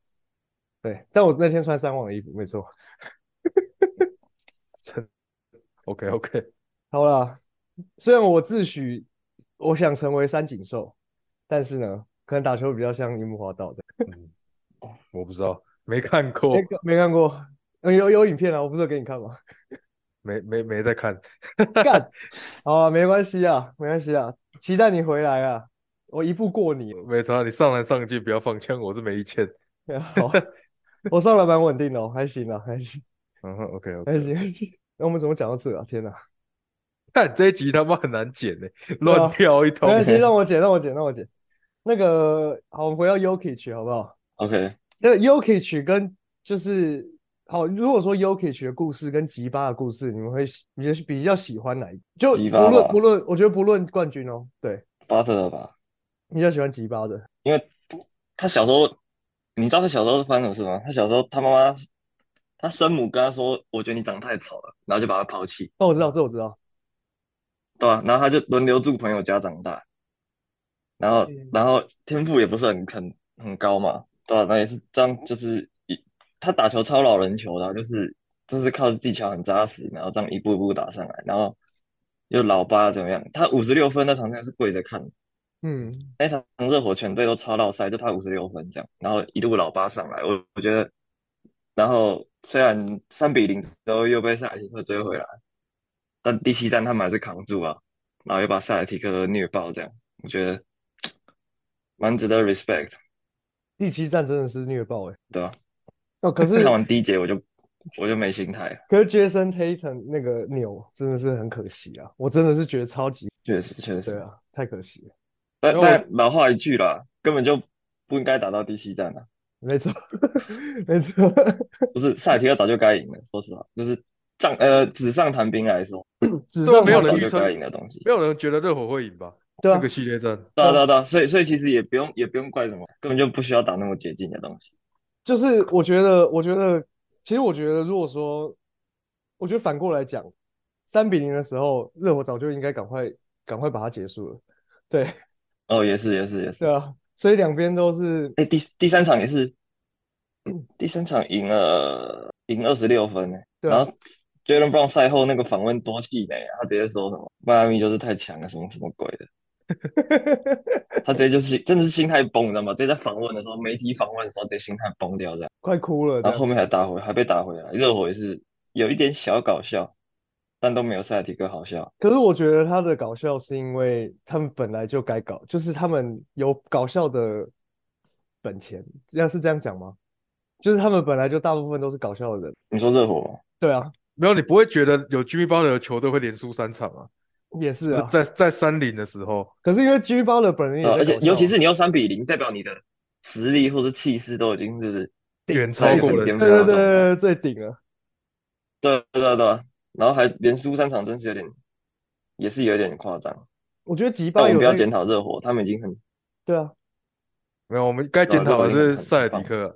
Speaker 1: 对，但我那天穿三网的衣服，没错。
Speaker 2: OK OK，
Speaker 1: 好啦，虽然我自诩我想成为三井寿，但是呢，可能打球比较像樱木花道这样。
Speaker 2: 我不知道，没看过
Speaker 1: 没，没看过，呃有有影片啊，我不是有给你看吗？
Speaker 2: 没没没在看。
Speaker 1: 干，好啊，没关系啊，没关系啊，期待你回来啊，我一步过你。
Speaker 2: 没差，你上篮上进，不要放枪，我是没意见。
Speaker 3: 嗯
Speaker 1: 好，我上来蛮稳定的哦，还行啊，还行，
Speaker 2: 嗯哼，OK
Speaker 1: 还
Speaker 2: OK。
Speaker 1: 行，还行。那我们怎么讲到这啊？天哪！
Speaker 2: 看这一集他妈很难剪呢，
Speaker 1: 对
Speaker 2: 乱
Speaker 1: 啊
Speaker 2: 跳
Speaker 1: 没
Speaker 2: 一通。
Speaker 1: 关系，让我剪，让我剪，让我剪。那个好，我们回到 Yokich 好不好？
Speaker 3: OK，
Speaker 1: 那 Yokich 跟就是好，如果说 Yokich 的故事跟吉巴的故事，你们会喜你就是比较喜欢哪一？就
Speaker 3: 吉
Speaker 1: 不
Speaker 3: 巴
Speaker 1: 论
Speaker 3: 吧
Speaker 1: 不论，我觉得不论冠军哦，对，
Speaker 3: 巴特勒吧，
Speaker 1: 你比较喜欢吉巴的，
Speaker 3: 因为他小时候，你知道他小时候发生什么事吗？他小时候他妈妈，他生母跟他说：“我觉得你长得太丑了。”然后就把他抛弃，
Speaker 1: 那我知道，这我知道。
Speaker 3: 对吧、然后他就轮流住朋友家长大，然后
Speaker 1: 嗯
Speaker 3: 然后天赋也不是很很很高嘛，对啊吧、那也是这样，就是一他打球超老人球的啊、就是就是靠技巧很扎实，然后这样一步一步打上来，然后又老八怎么样？他五十六分在场上是跪着看的。
Speaker 1: 嗯，
Speaker 3: 那场热火全队都超到塞，就他五十六分这样，然后一路老八上来，我我觉得，然后虽然三比零之后又被塞尔提克追回来，但第七战他们还是扛住啊，然后又把塞尔提克虐爆这样，我觉得蛮值得 respect，
Speaker 1: 第七战真的是虐爆哎、
Speaker 3: 对
Speaker 2: 啊
Speaker 3: 吧？
Speaker 1: 哦，可 是
Speaker 3: 看完第一节我就我就没心态了，
Speaker 1: 可是 Jason Tatum 那个扭真的是很可惜啊，我真的是觉得超级
Speaker 3: 确实确
Speaker 1: 对
Speaker 3: 实，
Speaker 1: 啊，太可惜了，
Speaker 3: 但
Speaker 2: 然后我
Speaker 3: 但老话一句啦，根本就不应该打到第七战啊，
Speaker 1: 没错， 没错，
Speaker 3: 不是塞尔提克早就该赢了，说实话，就是仗呃纸上谈兵来说，
Speaker 1: 纸
Speaker 2: 这
Speaker 1: 上
Speaker 2: 没有
Speaker 1: 谈
Speaker 2: 人
Speaker 3: 早
Speaker 1: 兵
Speaker 2: 预
Speaker 3: 就
Speaker 2: 测
Speaker 3: 该赢的东西。
Speaker 2: 没有人觉得热火会赢吧？
Speaker 1: 对啊
Speaker 2: 这个系列战，
Speaker 3: 对啊，对啊，对啊，所以所以其实也不用也不用怪什么，根本就不需要打那么接近的东西。
Speaker 1: 就是我觉得，我觉得，其实我觉得，如果说，我觉得反过来讲，三比零的时候，热火早就应该赶快赶快把它结束了。对，
Speaker 3: 哦，也是也是也是
Speaker 1: 对，啊，所以两边都是
Speaker 3: 哎，第第三场也是，第三场赢了赢二十六分呢，
Speaker 1: 对啊
Speaker 3: 然后 Jalen Brown 赛后那个访问多气馁啊，他直接说什么迈阿密就是太强了，什么什么鬼 的，他直接就是真的是心态崩，你知道吗？直接在访问的时候，媒体访问的时候直接心态崩掉这样，
Speaker 1: 快哭了
Speaker 3: 然
Speaker 1: 这
Speaker 3: 后
Speaker 1: 样。
Speaker 3: 后面还打回还被打回来，热火也是有一点小搞笑，但都没有塞尔提克好笑。
Speaker 1: 可是我觉得他的搞笑是因为他们本来就该搞，就是他们有搞笑的本钱，要是这样讲吗？就是他们本来就大部分都是搞笑的人。
Speaker 3: 你说热火吗？
Speaker 1: 对啊，
Speaker 2: 没有你不会觉得有 Jimmy Butler 的球队会连输三场啊？
Speaker 1: 也是啊。
Speaker 2: 在在三零的时候，
Speaker 1: 可是因为 G 包的本人也
Speaker 3: 对啊
Speaker 1: 在
Speaker 3: 而且
Speaker 1: 搞
Speaker 3: 尤
Speaker 1: 笑
Speaker 3: 其
Speaker 1: 啊
Speaker 3: 是你用三比零，代表你的实力或者气势都已经就是
Speaker 2: 远
Speaker 3: 在
Speaker 2: 超
Speaker 3: 一个
Speaker 2: 过
Speaker 3: 很
Speaker 2: 人
Speaker 3: 巅
Speaker 2: 家
Speaker 1: 对对
Speaker 3: 峰的
Speaker 1: 对
Speaker 3: 状态。
Speaker 1: 对，最顶了。
Speaker 3: 对对对对啊，然后还连输三场，真是有点，也是有点夸张。
Speaker 1: 我觉得吉
Speaker 3: 但
Speaker 1: 巴
Speaker 3: 我们
Speaker 1: 有
Speaker 3: 不要
Speaker 1: 在
Speaker 3: 检讨热火，他们已经很
Speaker 1: 对啊，
Speaker 2: 没有，我们该检讨的是塞尔迪克啊。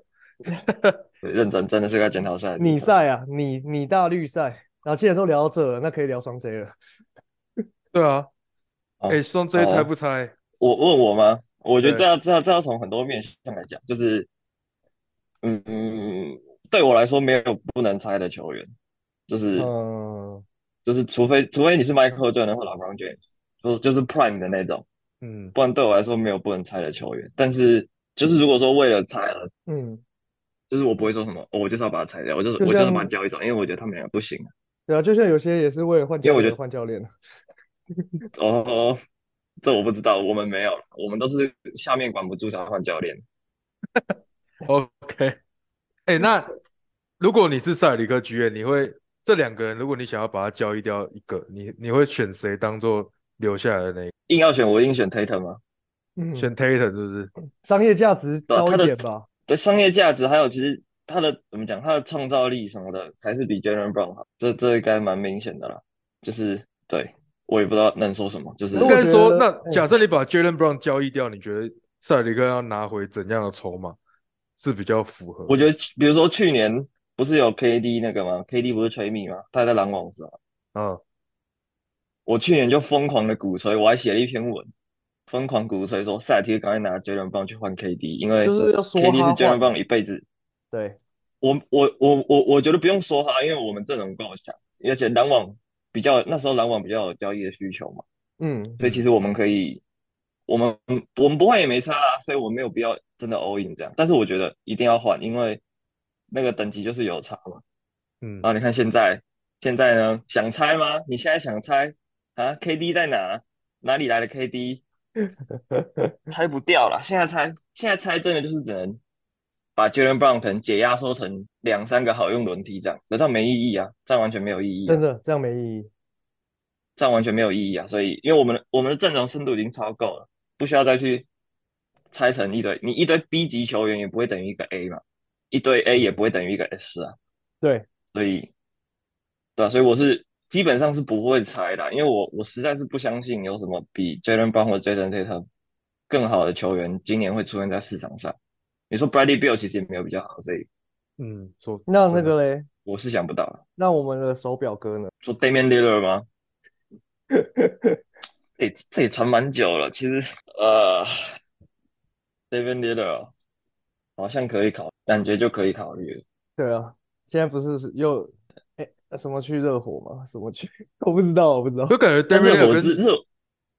Speaker 3: 对认真，真的是该检讨赛。
Speaker 1: 你赛啊，你你大绿赛，然后既然都聊到这了，那可以聊双 J 了。
Speaker 2: 对啊，
Speaker 3: 哦
Speaker 2: 哎，双 J
Speaker 3: 好啊
Speaker 2: 猜不猜？
Speaker 3: 我问我吗？我觉得
Speaker 2: 对
Speaker 3: 这要这要这要从很多面向来讲，就是，嗯嗯，对我来说没有不能猜的球员，就是
Speaker 1: 嗯，
Speaker 3: 就是，除非除非你是 Michael Jordan 或 LeBron James，就就是 Prime 的那种。
Speaker 2: 嗯，
Speaker 3: 不然对我来说没有不能猜的球员。但是就是如果说为了猜而
Speaker 1: 嗯，
Speaker 3: 就是我不会说什么，哦我就是要把他裁掉，我就是
Speaker 1: 就
Speaker 3: 我就是
Speaker 1: 像
Speaker 3: 把他交易走，因为我觉得他们两个不行。
Speaker 1: 对啊，就像有些也是为了换教
Speaker 3: 因为我
Speaker 1: 练
Speaker 3: 觉得
Speaker 1: 换教练，
Speaker 3: 哦，这我不知道，我们没有，我们都是下面管不住想换教练。
Speaker 2: OK，哎、那如果你是塞尔里克剧院，你会这两个人，如果你想要把他交易掉一个，你你会选谁当做留下来的那一
Speaker 3: 硬要选，我一定选 Tatum 啊。
Speaker 1: 嗯
Speaker 2: 个？，选 Tatum 是不是？
Speaker 1: 商业价值
Speaker 3: 对啊
Speaker 1: 高
Speaker 3: 他
Speaker 1: 一
Speaker 3: 的
Speaker 1: 点吧。
Speaker 3: 对商业价值，还有其实他的怎么讲，他的创造力什么的，还是比 Jalen Brown 好。这这应该蛮明显的啦。就是对我也不知道能说什么，就是
Speaker 1: 可
Speaker 2: 应
Speaker 1: 是我
Speaker 2: 该
Speaker 1: 觉
Speaker 2: 说，
Speaker 1: 得
Speaker 2: 那
Speaker 1: 哎
Speaker 2: 假设你把 Jalen Brown 交易掉，你觉得塞尔里克要拿回怎样的筹码是比较符合？
Speaker 3: 我觉得，比如说去年不是有 KD 那个吗？KD 不是吹密吗？他还在篮网的时候，
Speaker 2: 得，嗯，
Speaker 3: 我去年就疯狂的鼓吹，我还写了一篇文，疯狂鼓吹说赛提赶快拿 Jalen Brown 去换 KD，因为
Speaker 1: 就是要说
Speaker 3: KD
Speaker 1: 他
Speaker 3: 是 Jalen
Speaker 1: 换
Speaker 3: Brown 一辈子。
Speaker 1: 对，
Speaker 3: 我我我我我觉得不用说他，因为我们阵容够强，而且篮网比较那时候篮网比较有交易的需求嘛，
Speaker 1: 嗯，
Speaker 3: 所以其实我们可以，我们我们不换也没差啊，所以我没有必要真的 all in 这样，但是我觉得一定要换，因为那个等级就是有差嘛。
Speaker 2: 嗯
Speaker 3: 然后你看现在现在呢，想猜吗？你现在想猜啊？KD 在哪？哪里来的 KD？猜不掉了，现在猜，现在猜真的就是只能把 Jalen Brown 可能解压缩成两三个好用轮替这样，可这样没意义啊，这样完全没有意义啊
Speaker 1: 真，的这样没意义。
Speaker 3: 这样完全没有意义啊！所以，因为我们的我们的阵容深度已经超够了，不需要再去拆成一堆，你一堆 B 级球员也不会等于一个 A 嘛，一堆 A 也不会等于一个 S 啊，
Speaker 1: 对，
Speaker 3: 所以，对啊，所以我是基本上是不会裁的，因为我我实在是不相信有什么比 Jalen Brown 和 Jason Tatum 更好的球员今年会出现在市场上。你说 Bradley Beal 其实也没有比较好，所以
Speaker 2: 嗯，说
Speaker 1: 那
Speaker 2: 真
Speaker 1: 那
Speaker 2: 的
Speaker 1: 个嘞，
Speaker 3: 我是想不到的。
Speaker 1: 那我们的手表哥呢？
Speaker 3: 说 Damian Lillard 吗？这这也传蛮久了，其实呃，Damian Lillard 哦好像可以考，感觉就可以考虑了。
Speaker 1: 对啊，现在不是是又哎什么去热火吗？什么去？ 我不知道，我不知道。
Speaker 2: 就感觉
Speaker 3: 但
Speaker 2: Damian
Speaker 3: 热火
Speaker 2: Lillard
Speaker 3: 资
Speaker 2: 跟
Speaker 3: 热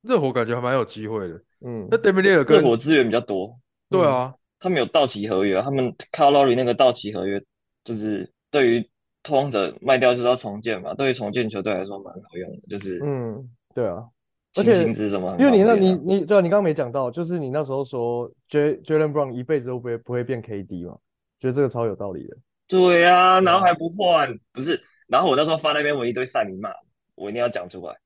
Speaker 2: 热火感觉还蛮有机会的。
Speaker 1: 嗯
Speaker 2: 那 Damian Lillard
Speaker 3: 热
Speaker 2: 跟
Speaker 3: 火资源比较多，
Speaker 2: 对啊，
Speaker 3: 他们有到期合约啊，他们 Kyle Lowry 那个到期合约，就是对于拓荒者卖掉就是要重建嘛，对于重建球队来说蛮好用的，就是
Speaker 1: 嗯，对啊，而
Speaker 3: 薪
Speaker 1: 且
Speaker 3: 薪资什么很
Speaker 1: 因为你
Speaker 3: 好
Speaker 1: 那
Speaker 3: 变
Speaker 1: 你
Speaker 3: 啊
Speaker 1: 你对啊，你刚刚没嗯讲到，就是你那时候说 J Jalen Brown 一辈子都不会不会变 KD 嘛，觉得这个超有道理的。
Speaker 3: 对啊，然后还不换，不是，然后我那时候发那篇文一堆赛迷骂，我一定要讲出 来，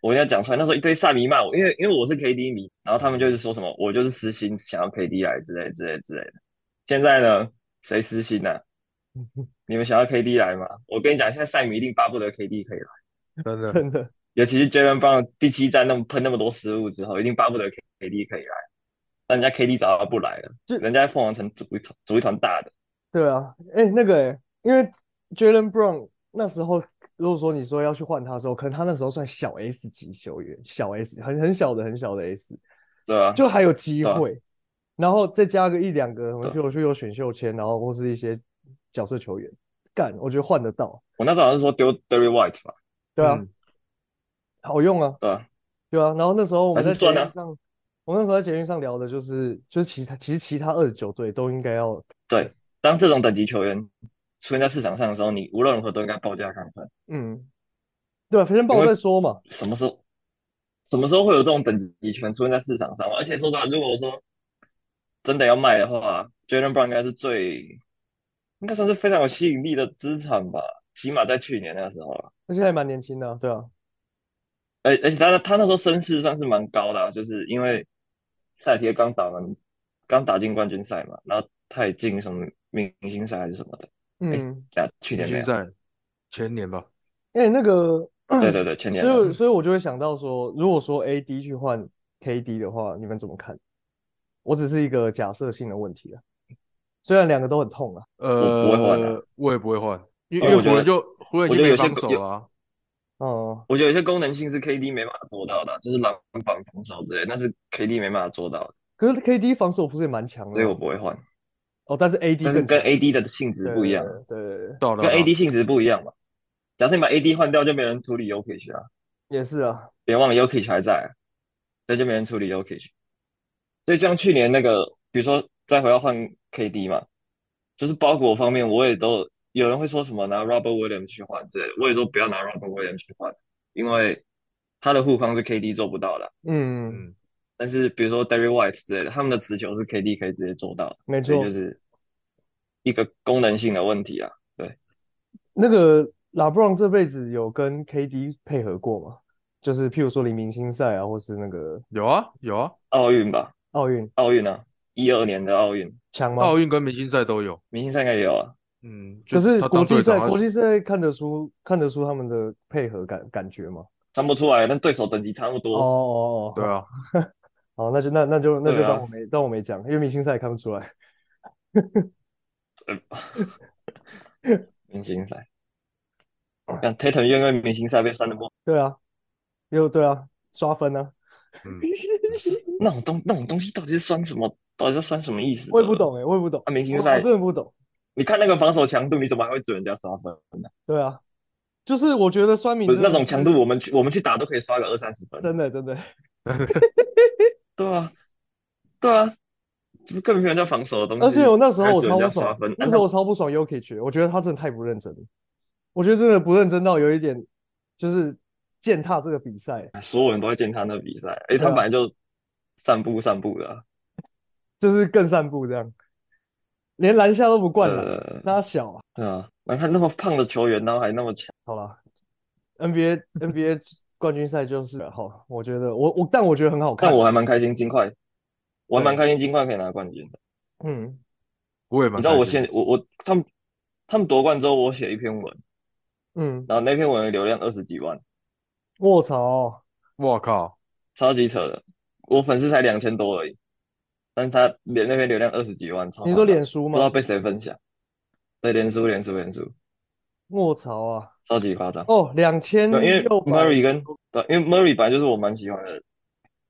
Speaker 3: 我一定要讲出来。那时候一堆赛迷骂我，因为因为我是 KD 迷，然后他们就是说什么我就是私心想要 KD 来之类之类之类的。现在呢，谁私心呢、你们想要 KD 来吗？我跟你讲，现在赛迷一定巴不得 KD 可以来。
Speaker 2: 真 的，
Speaker 1: 真的，
Speaker 3: 尤其是 Jalen Brown 第七站那么喷那么多失误之后，一定巴不得 KD 可以来，但人家 KD 早就不来了
Speaker 1: 这，
Speaker 3: 人家在凤凰城组一团组一团大的，
Speaker 1: 对啊，哎，那个哎，因为 Jalen Brown 那时候，如果说你说要去换他的时候，可能他那时候算小 S 级球员，小 S 很很小的很小的 S，
Speaker 3: 对吧、
Speaker 1: 就还有机
Speaker 3: 对啊
Speaker 1: 会，然后再加个一两个什么，
Speaker 3: 对
Speaker 1: 譬如说有选秀签，然后或是一些角色球员，干，我觉得换得到，
Speaker 3: 我那时候好像是说丢 Derry White 吧，
Speaker 1: 对啊，
Speaker 2: 嗯
Speaker 1: 好用啊，
Speaker 3: 对吧、
Speaker 1: 对啊。然后那时候我们
Speaker 3: 还
Speaker 1: 在
Speaker 3: 是
Speaker 1: 节
Speaker 3: 赚啊
Speaker 1: 目上，我们那时候在节目上聊的就是，就是其他其实其他二十九队都应该要，
Speaker 3: 对，当这种等级球员出现在市场上的时候，你无论如何都应该报价看看，
Speaker 1: 嗯，对啊，先报
Speaker 3: 因为
Speaker 1: 再说嘛，
Speaker 3: 什么时候什么时候会有这种等级球员出现在市场上？而且说实话，如果说真的要卖的话，Jalen Brown 应该是最应该算是非常有吸引力的资产吧，起码在去年那个时候啊。
Speaker 1: 而且还蛮年轻的啊，对啊，
Speaker 3: 而而且他他那时候声势算是蛮高的啊就是因为赛提克刚打完，刚打进冠军赛嘛，然后他也进什么明星赛还是什么的，
Speaker 1: 嗯，
Speaker 3: 啊，去
Speaker 2: 明
Speaker 3: 年没
Speaker 2: 星
Speaker 3: 有，
Speaker 2: 赛前年吧，
Speaker 1: 哎，那个，
Speaker 3: 对对对，前年
Speaker 1: 所以
Speaker 3: 没有
Speaker 1: 我所以我就会想到说，如果说 AD 去换 KD 的话，你们怎么看？我只是一个假设性的问题啊，虽然两个都很痛啊，
Speaker 2: 呃，
Speaker 3: 不会换啊
Speaker 2: 我也不会换，因
Speaker 1: 呃
Speaker 2: 为因为湖
Speaker 3: 我觉
Speaker 2: 人
Speaker 3: 得
Speaker 2: 就湖人已
Speaker 3: 我
Speaker 2: 经
Speaker 3: 觉得
Speaker 2: 没
Speaker 3: 有些
Speaker 2: 防
Speaker 3: 狗
Speaker 2: 守
Speaker 3: 有
Speaker 2: 了啊。
Speaker 1: 哦、
Speaker 3: 我觉得有些功能性是 KD 没办法做到的啊，就是篮板防守之类，那是 KD 没办法做到的，
Speaker 1: 可是 KD 防守不是也蛮强
Speaker 3: 所以
Speaker 1: 的
Speaker 3: 我
Speaker 1: 吗？
Speaker 3: 不会换。
Speaker 1: 哦，但是 AD
Speaker 3: 但是
Speaker 1: 嗯更
Speaker 3: 跟
Speaker 1: 强
Speaker 3: AD 的性质不一样，
Speaker 1: 对对对对，
Speaker 2: 到了啊
Speaker 3: 跟
Speaker 2: 啦
Speaker 3: AD 性质不一样嘛。假设你把 AD 换掉，就没人处理 Yokich 啊，
Speaker 1: 也是啊，
Speaker 3: 别忘了 Yokich 还在啊，那就没人处理 Yokich。所以就像去年那个，比如说再回到换 KD 嘛，就是包裹方面，我也都有人会说什么拿 Robert Williams 去换之类的，我也说不要拿 Robert Williams 去换，因为他的护框是 KD 做不到的。啊
Speaker 1: 嗯，
Speaker 2: 嗯，
Speaker 3: 但是比如说 Derry White 之类的，他们的持球是 KD 可以直接做到的，
Speaker 1: 没
Speaker 3: 所以
Speaker 1: 错
Speaker 3: 就。是一个功能性的问题啊。
Speaker 1: 那个拉布朗这辈子有跟 KD 配合过吗？就是譬如说黎明星赛啊，或是那个
Speaker 2: 有啊有啊，
Speaker 3: 奥运吧，
Speaker 1: 奥运
Speaker 3: 奥运啊，一二年的奥运，
Speaker 1: 强吗？
Speaker 2: 奥运跟明星赛都有。
Speaker 3: 明星赛应该也有啊。
Speaker 2: 嗯，就
Speaker 1: 可是
Speaker 2: 他
Speaker 1: 国
Speaker 2: 当
Speaker 1: 际
Speaker 2: 队长啊
Speaker 1: 赛，
Speaker 2: 他
Speaker 1: 国际赛看得出看得出他们的配合感感觉吗？
Speaker 3: 看不出来，但对手等级差不
Speaker 1: 哦
Speaker 3: 多。
Speaker 1: 哦哦，
Speaker 2: 对啊，
Speaker 1: 好，那就那那就那就
Speaker 3: 对啊
Speaker 1: 当我没当我没讲，因为明星赛也看不出来。
Speaker 3: 明星赛，
Speaker 1: 哦
Speaker 3: 但 Tatum 因为明星赛被酸的不，
Speaker 1: 对啊，又对啊，刷分啊，
Speaker 2: 嗯，
Speaker 3: 那种东那种东西到底是酸什么？到底是酸什么意思？
Speaker 1: 我也不。懂哎，我也不懂，
Speaker 3: 啊，明星
Speaker 1: 我
Speaker 3: 赛
Speaker 1: 我，真的不懂。
Speaker 3: 你看那个防守强度，你怎么还会准人家刷分呢？
Speaker 1: 对啊，就是我觉得酸民
Speaker 3: 不是
Speaker 1: 真的
Speaker 3: 那种
Speaker 1: 是
Speaker 3: 强度，我们去我们去打都可以刷个二三十分。
Speaker 1: 真的真的，
Speaker 3: 对啊，对啊，这不根本没有人家防守的东
Speaker 1: 而且
Speaker 3: 西
Speaker 1: 我那时候
Speaker 3: 还
Speaker 1: 我
Speaker 3: 准
Speaker 1: 超
Speaker 3: 人
Speaker 1: 不
Speaker 3: 家刷
Speaker 1: 爽
Speaker 3: 分，，
Speaker 1: 那
Speaker 3: 那
Speaker 1: 时候我超不爽 Yokic，我觉得他真的太不认真了，我觉得真的不认真到有一点就是践踏这个比赛，
Speaker 3: 那所有人都在见他那比赛，哎，
Speaker 1: 对
Speaker 3: 他
Speaker 1: 啊
Speaker 3: 本来就散步散步的啊，
Speaker 1: 就是更散步这样，连篮下都不灌篮，
Speaker 3: 呃，
Speaker 1: 他小啊，
Speaker 3: 对啊，你看那么胖的球员，然后还那么强，
Speaker 1: 好了，NBA NBA 冠军赛就是好，我觉得我我但我觉得很好
Speaker 3: 但
Speaker 1: 看，
Speaker 3: 我还蛮开心，金块，我还蛮
Speaker 1: 对
Speaker 3: 开心，金块可以拿冠军的。
Speaker 1: 嗯，
Speaker 2: 我也蛮
Speaker 3: 你知道
Speaker 2: 开
Speaker 3: 我
Speaker 2: 心的
Speaker 3: 现我我他们他们夺冠之后，我写一篇文，
Speaker 1: 嗯，
Speaker 3: 然后那篇文的流量二十几万，
Speaker 1: 卧槽，哦
Speaker 2: 我靠，
Speaker 3: 超级扯的。我粉丝才两千多而已，但他连那篇流量二十几万，超
Speaker 1: 你说
Speaker 3: 夸张
Speaker 1: 脸书
Speaker 3: 不知道
Speaker 1: 吗？
Speaker 3: 被谁分享。对，连输连输连输，
Speaker 1: 卧槽啊，
Speaker 3: 超级夸张。
Speaker 1: 哦，两千
Speaker 3: 对，因为
Speaker 1: 六百，
Speaker 3: Murray 跟对，因为 Murray 本来就是我蛮喜欢的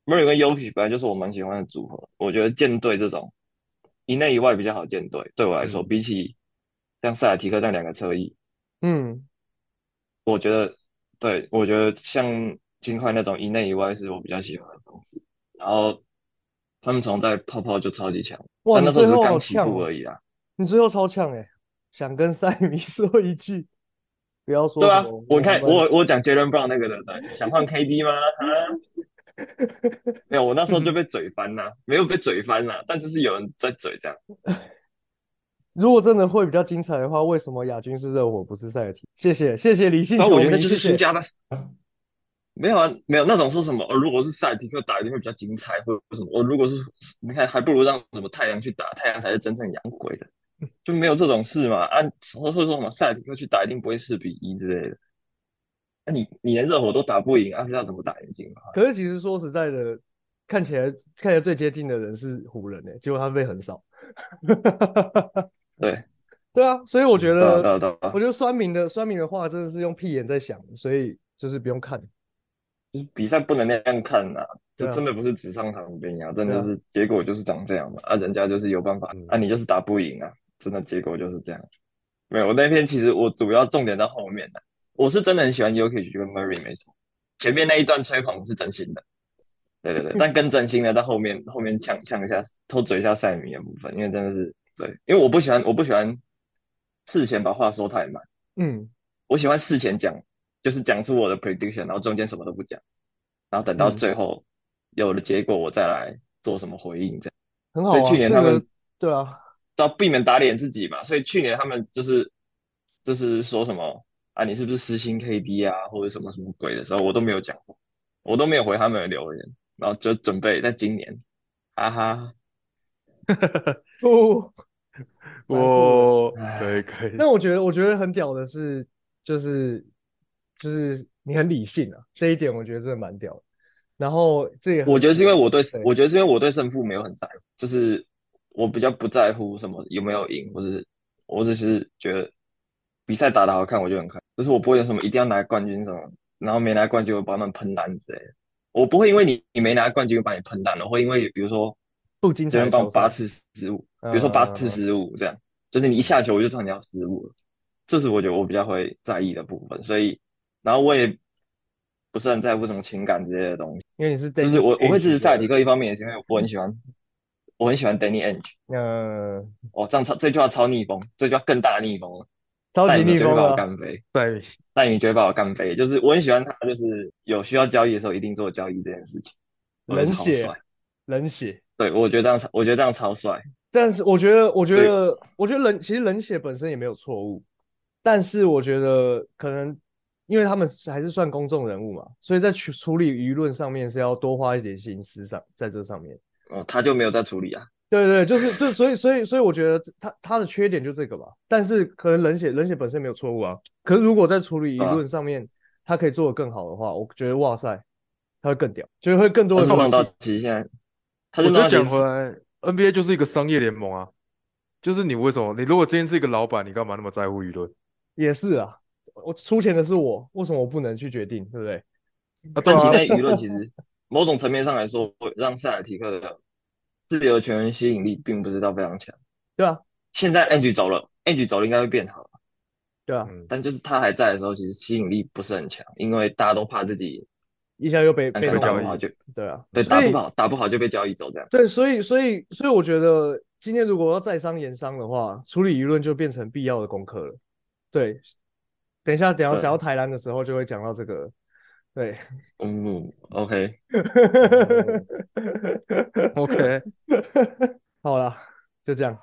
Speaker 3: ，Murray 跟 Yokic 本来就是我蛮喜欢的组合。我觉得舰队这种一内一外比较好舰队，对我来说，
Speaker 2: 嗯
Speaker 3: 比起像塞尔提克这样两个侧翼，
Speaker 1: 嗯。
Speaker 3: 我觉得，对，我觉得像金块那种一内一外是我比较喜欢的东西。然后他们从在泡泡就超级强，
Speaker 1: 哇，
Speaker 3: 但
Speaker 1: 你
Speaker 3: 那时
Speaker 1: 最
Speaker 3: 候只是
Speaker 1: 后
Speaker 3: 刚
Speaker 1: 好
Speaker 3: 起
Speaker 1: 呛
Speaker 3: 步
Speaker 1: 哦
Speaker 3: 而已啊啦。
Speaker 1: 你最后超呛哎、想跟塞米 说一句，不要说
Speaker 3: 对
Speaker 1: 什
Speaker 3: 啊
Speaker 1: 么，
Speaker 3: 我看
Speaker 1: 们
Speaker 3: 我我讲 Jalen Brown 那个的，对，想换 KD 吗？ 啊，没有，我那时候就被嘴翻啦，没有被嘴翻啦，但就是有人在嘴这样。
Speaker 1: 如果真的会比较精彩的话，为什么亚军是热火不是塞尔提？谢谢谢谢理性
Speaker 3: 然后
Speaker 1: 球
Speaker 3: 我觉得
Speaker 1: 迷
Speaker 3: 就是
Speaker 1: 谢
Speaker 3: 输
Speaker 1: 谢
Speaker 3: 家的，没有啊，没有那种说什么，哦，如果是赛迪克打一定会比较精彩，或者什么，我哦如果是你看，还不如让什么太阳去打，太阳才是真正洋鬼的，就没有这种事嘛。啊，或者说什么赛迪克去打一定不会四比一之类的，那、你你连热火都打不赢，啊是要怎么打赢金块？
Speaker 1: 可是其实说实在的，看起来看起来最接近的人是湖人哎、结果他被横扫。
Speaker 3: 对
Speaker 1: 对啊，所以我觉
Speaker 3: 对啊对
Speaker 1: 得，
Speaker 3: 啊对啊
Speaker 1: 我，觉得酸民的酸民的话真的是用屁眼在想，所以就是不用看。
Speaker 3: 就是比赛不能那样看呐、就
Speaker 1: 对啊
Speaker 3: 真的不是纸上谈兵啊，真的
Speaker 1: 对啊
Speaker 3: 就是结果就是长这样嘛。啊，人家就是有办法
Speaker 2: 嗯，
Speaker 3: 啊，你就是打不赢啊，真的结果就是这样。没有，我那篇其实我主要重点在后面的、我是真的很喜欢 Yuki 跟 Murray 没错，前面那一段吹捧是真心的，对对对，但更真心的到后面后面呛呛一下，偷嘴一下赛米的部分，因为真的是对，因为我不喜欢我不喜欢事前把话说太满，
Speaker 1: 嗯，
Speaker 3: 我喜欢事前讲，就是讲出我的 prediction，然后中间什么都不讲，然后等到
Speaker 1: 嗯
Speaker 3: 最后有了结果，我再来做什么回应，这样
Speaker 1: 很好
Speaker 3: 所以
Speaker 1: 啊，
Speaker 3: 去年
Speaker 1: 这
Speaker 3: 他
Speaker 1: 个
Speaker 3: 们
Speaker 1: 对啊，
Speaker 3: 都要避免打脸自己嘛。所以去年他们就是就是说什么啊，你是不是私心 KD 啊，或者什么什么鬼的时候，我都没有讲过，我都没有回他们的留言，然后就准备在今年，哈哈，
Speaker 1: 哦。蛮酷的
Speaker 2: 我
Speaker 3: 唉
Speaker 2: 哎可以可以，
Speaker 1: 但我觉得，我觉得很屌的是，就是就是你很理性啊，这一点我觉得真的蛮屌的。然后这也很
Speaker 3: 我觉得是因为我对
Speaker 1: 对，
Speaker 3: 我觉得是因为我对胜负没有很在乎，就是我比较不在乎什么有没有赢，或者是我只是觉得比赛打得好看我就很开心，就是我不会有什么一定要拿冠军什么，然后没拿冠军我把他们喷烂之类的，我不会因为你你没拿冠军我把你喷烂了，我会因为比如说
Speaker 1: 不精
Speaker 3: 这
Speaker 1: 彩
Speaker 3: 边
Speaker 1: 的
Speaker 3: 帮
Speaker 1: 球
Speaker 3: 我八
Speaker 1: 赛，
Speaker 3: 次失误，比
Speaker 1: 嗯
Speaker 3: 如说八
Speaker 1: 嗯
Speaker 3: 次
Speaker 1: 嗯
Speaker 3: 失误这样，就是你一下球我就知道你要失误了，这是我觉得我比较会在意的部分，所以然后我也不是很在乎什么情感之类的东西。
Speaker 1: 因为你是
Speaker 3: 就是我我会支持塞尔提
Speaker 1: 克，
Speaker 3: 克，一方面也是因为我很喜欢，我很喜欢 Danny Ainge，
Speaker 1: 嗯、
Speaker 3: 哇，这样超这句话超逆风，这句话更大逆风了，
Speaker 1: 超级
Speaker 3: 戴米
Speaker 1: 逆
Speaker 3: 绝对
Speaker 1: 风啊
Speaker 2: 啊
Speaker 3: 把我
Speaker 1: 了，
Speaker 3: 干飞，
Speaker 2: 戴米，
Speaker 3: 戴米绝对把我干飞，就是我很喜欢他，就是有需要交易的时候一定做交易这件事情，我觉得
Speaker 1: 冷
Speaker 3: 超
Speaker 1: 血
Speaker 3: 帅，
Speaker 1: 冷血。
Speaker 3: 对我觉得这样超，我觉得这样超帅，
Speaker 1: 但是我觉得，我觉
Speaker 3: 对
Speaker 1: 得，我觉得冷，其实冷血本身也没有错误，但是我觉得可能因为他们是还是算公众人物嘛，所以在处处理舆论上面是要多花一点心思上在这上面。
Speaker 3: 哦，他就没有在处理啊，
Speaker 1: 对对，就是就所以所以所以我觉得他他的缺点就这个吧，但是可能冷血冷血本身没有错误啊，可是如果在处理
Speaker 3: 对
Speaker 1: 舆
Speaker 3: 啊
Speaker 1: 论上面他可以做得更好的话，我觉得哇塞，他会更屌，就是会更多
Speaker 3: 他
Speaker 1: 人
Speaker 3: 就弄
Speaker 1: 关
Speaker 3: 到
Speaker 1: 心。
Speaker 3: 其实现在，他
Speaker 2: 我
Speaker 3: 就
Speaker 2: 觉得
Speaker 3: 弄到
Speaker 2: 讲
Speaker 3: 其
Speaker 2: 回
Speaker 3: 实
Speaker 2: 来，NBA 就是一个商业联盟啊，就是你为什么你如果今天是一个老板，你干嘛那么在乎舆论
Speaker 1: 也是啊，我出钱的是我，为什么我不能去决定，对不对？
Speaker 2: 啊？对
Speaker 3: 但其实
Speaker 2: 啊，
Speaker 3: 那舆论其实某种层面上来说，让塞尔提克的自由球员吸引力并不是到非常强。
Speaker 1: 对啊，
Speaker 3: 现在 Ange 走了，Ange 走了应该会变好，
Speaker 1: 对啊，
Speaker 2: 嗯，
Speaker 3: 但就是他还在的时候，其实吸引力不是很强，因为大家都怕自己
Speaker 1: 一下又被
Speaker 3: 篮
Speaker 1: 被
Speaker 3: 球
Speaker 1: 弄
Speaker 3: 打
Speaker 2: 交
Speaker 1: 走
Speaker 3: 不
Speaker 2: 易易
Speaker 1: 了，
Speaker 3: 好就
Speaker 1: 对啊，
Speaker 3: 对
Speaker 1: 所
Speaker 3: 打
Speaker 1: 以
Speaker 3: 不好，打不好就被交易走这样。
Speaker 1: 对，所以所以所以我觉得今天如果要在商言商的话，处理舆论就变成必要的功课了。对，等一下等一下
Speaker 3: 对
Speaker 1: 讲到台湾的时候就会讲到这个，对，
Speaker 3: 嗯，OK， 嗯
Speaker 1: 哦
Speaker 2: OK，
Speaker 1: 好了，就这样。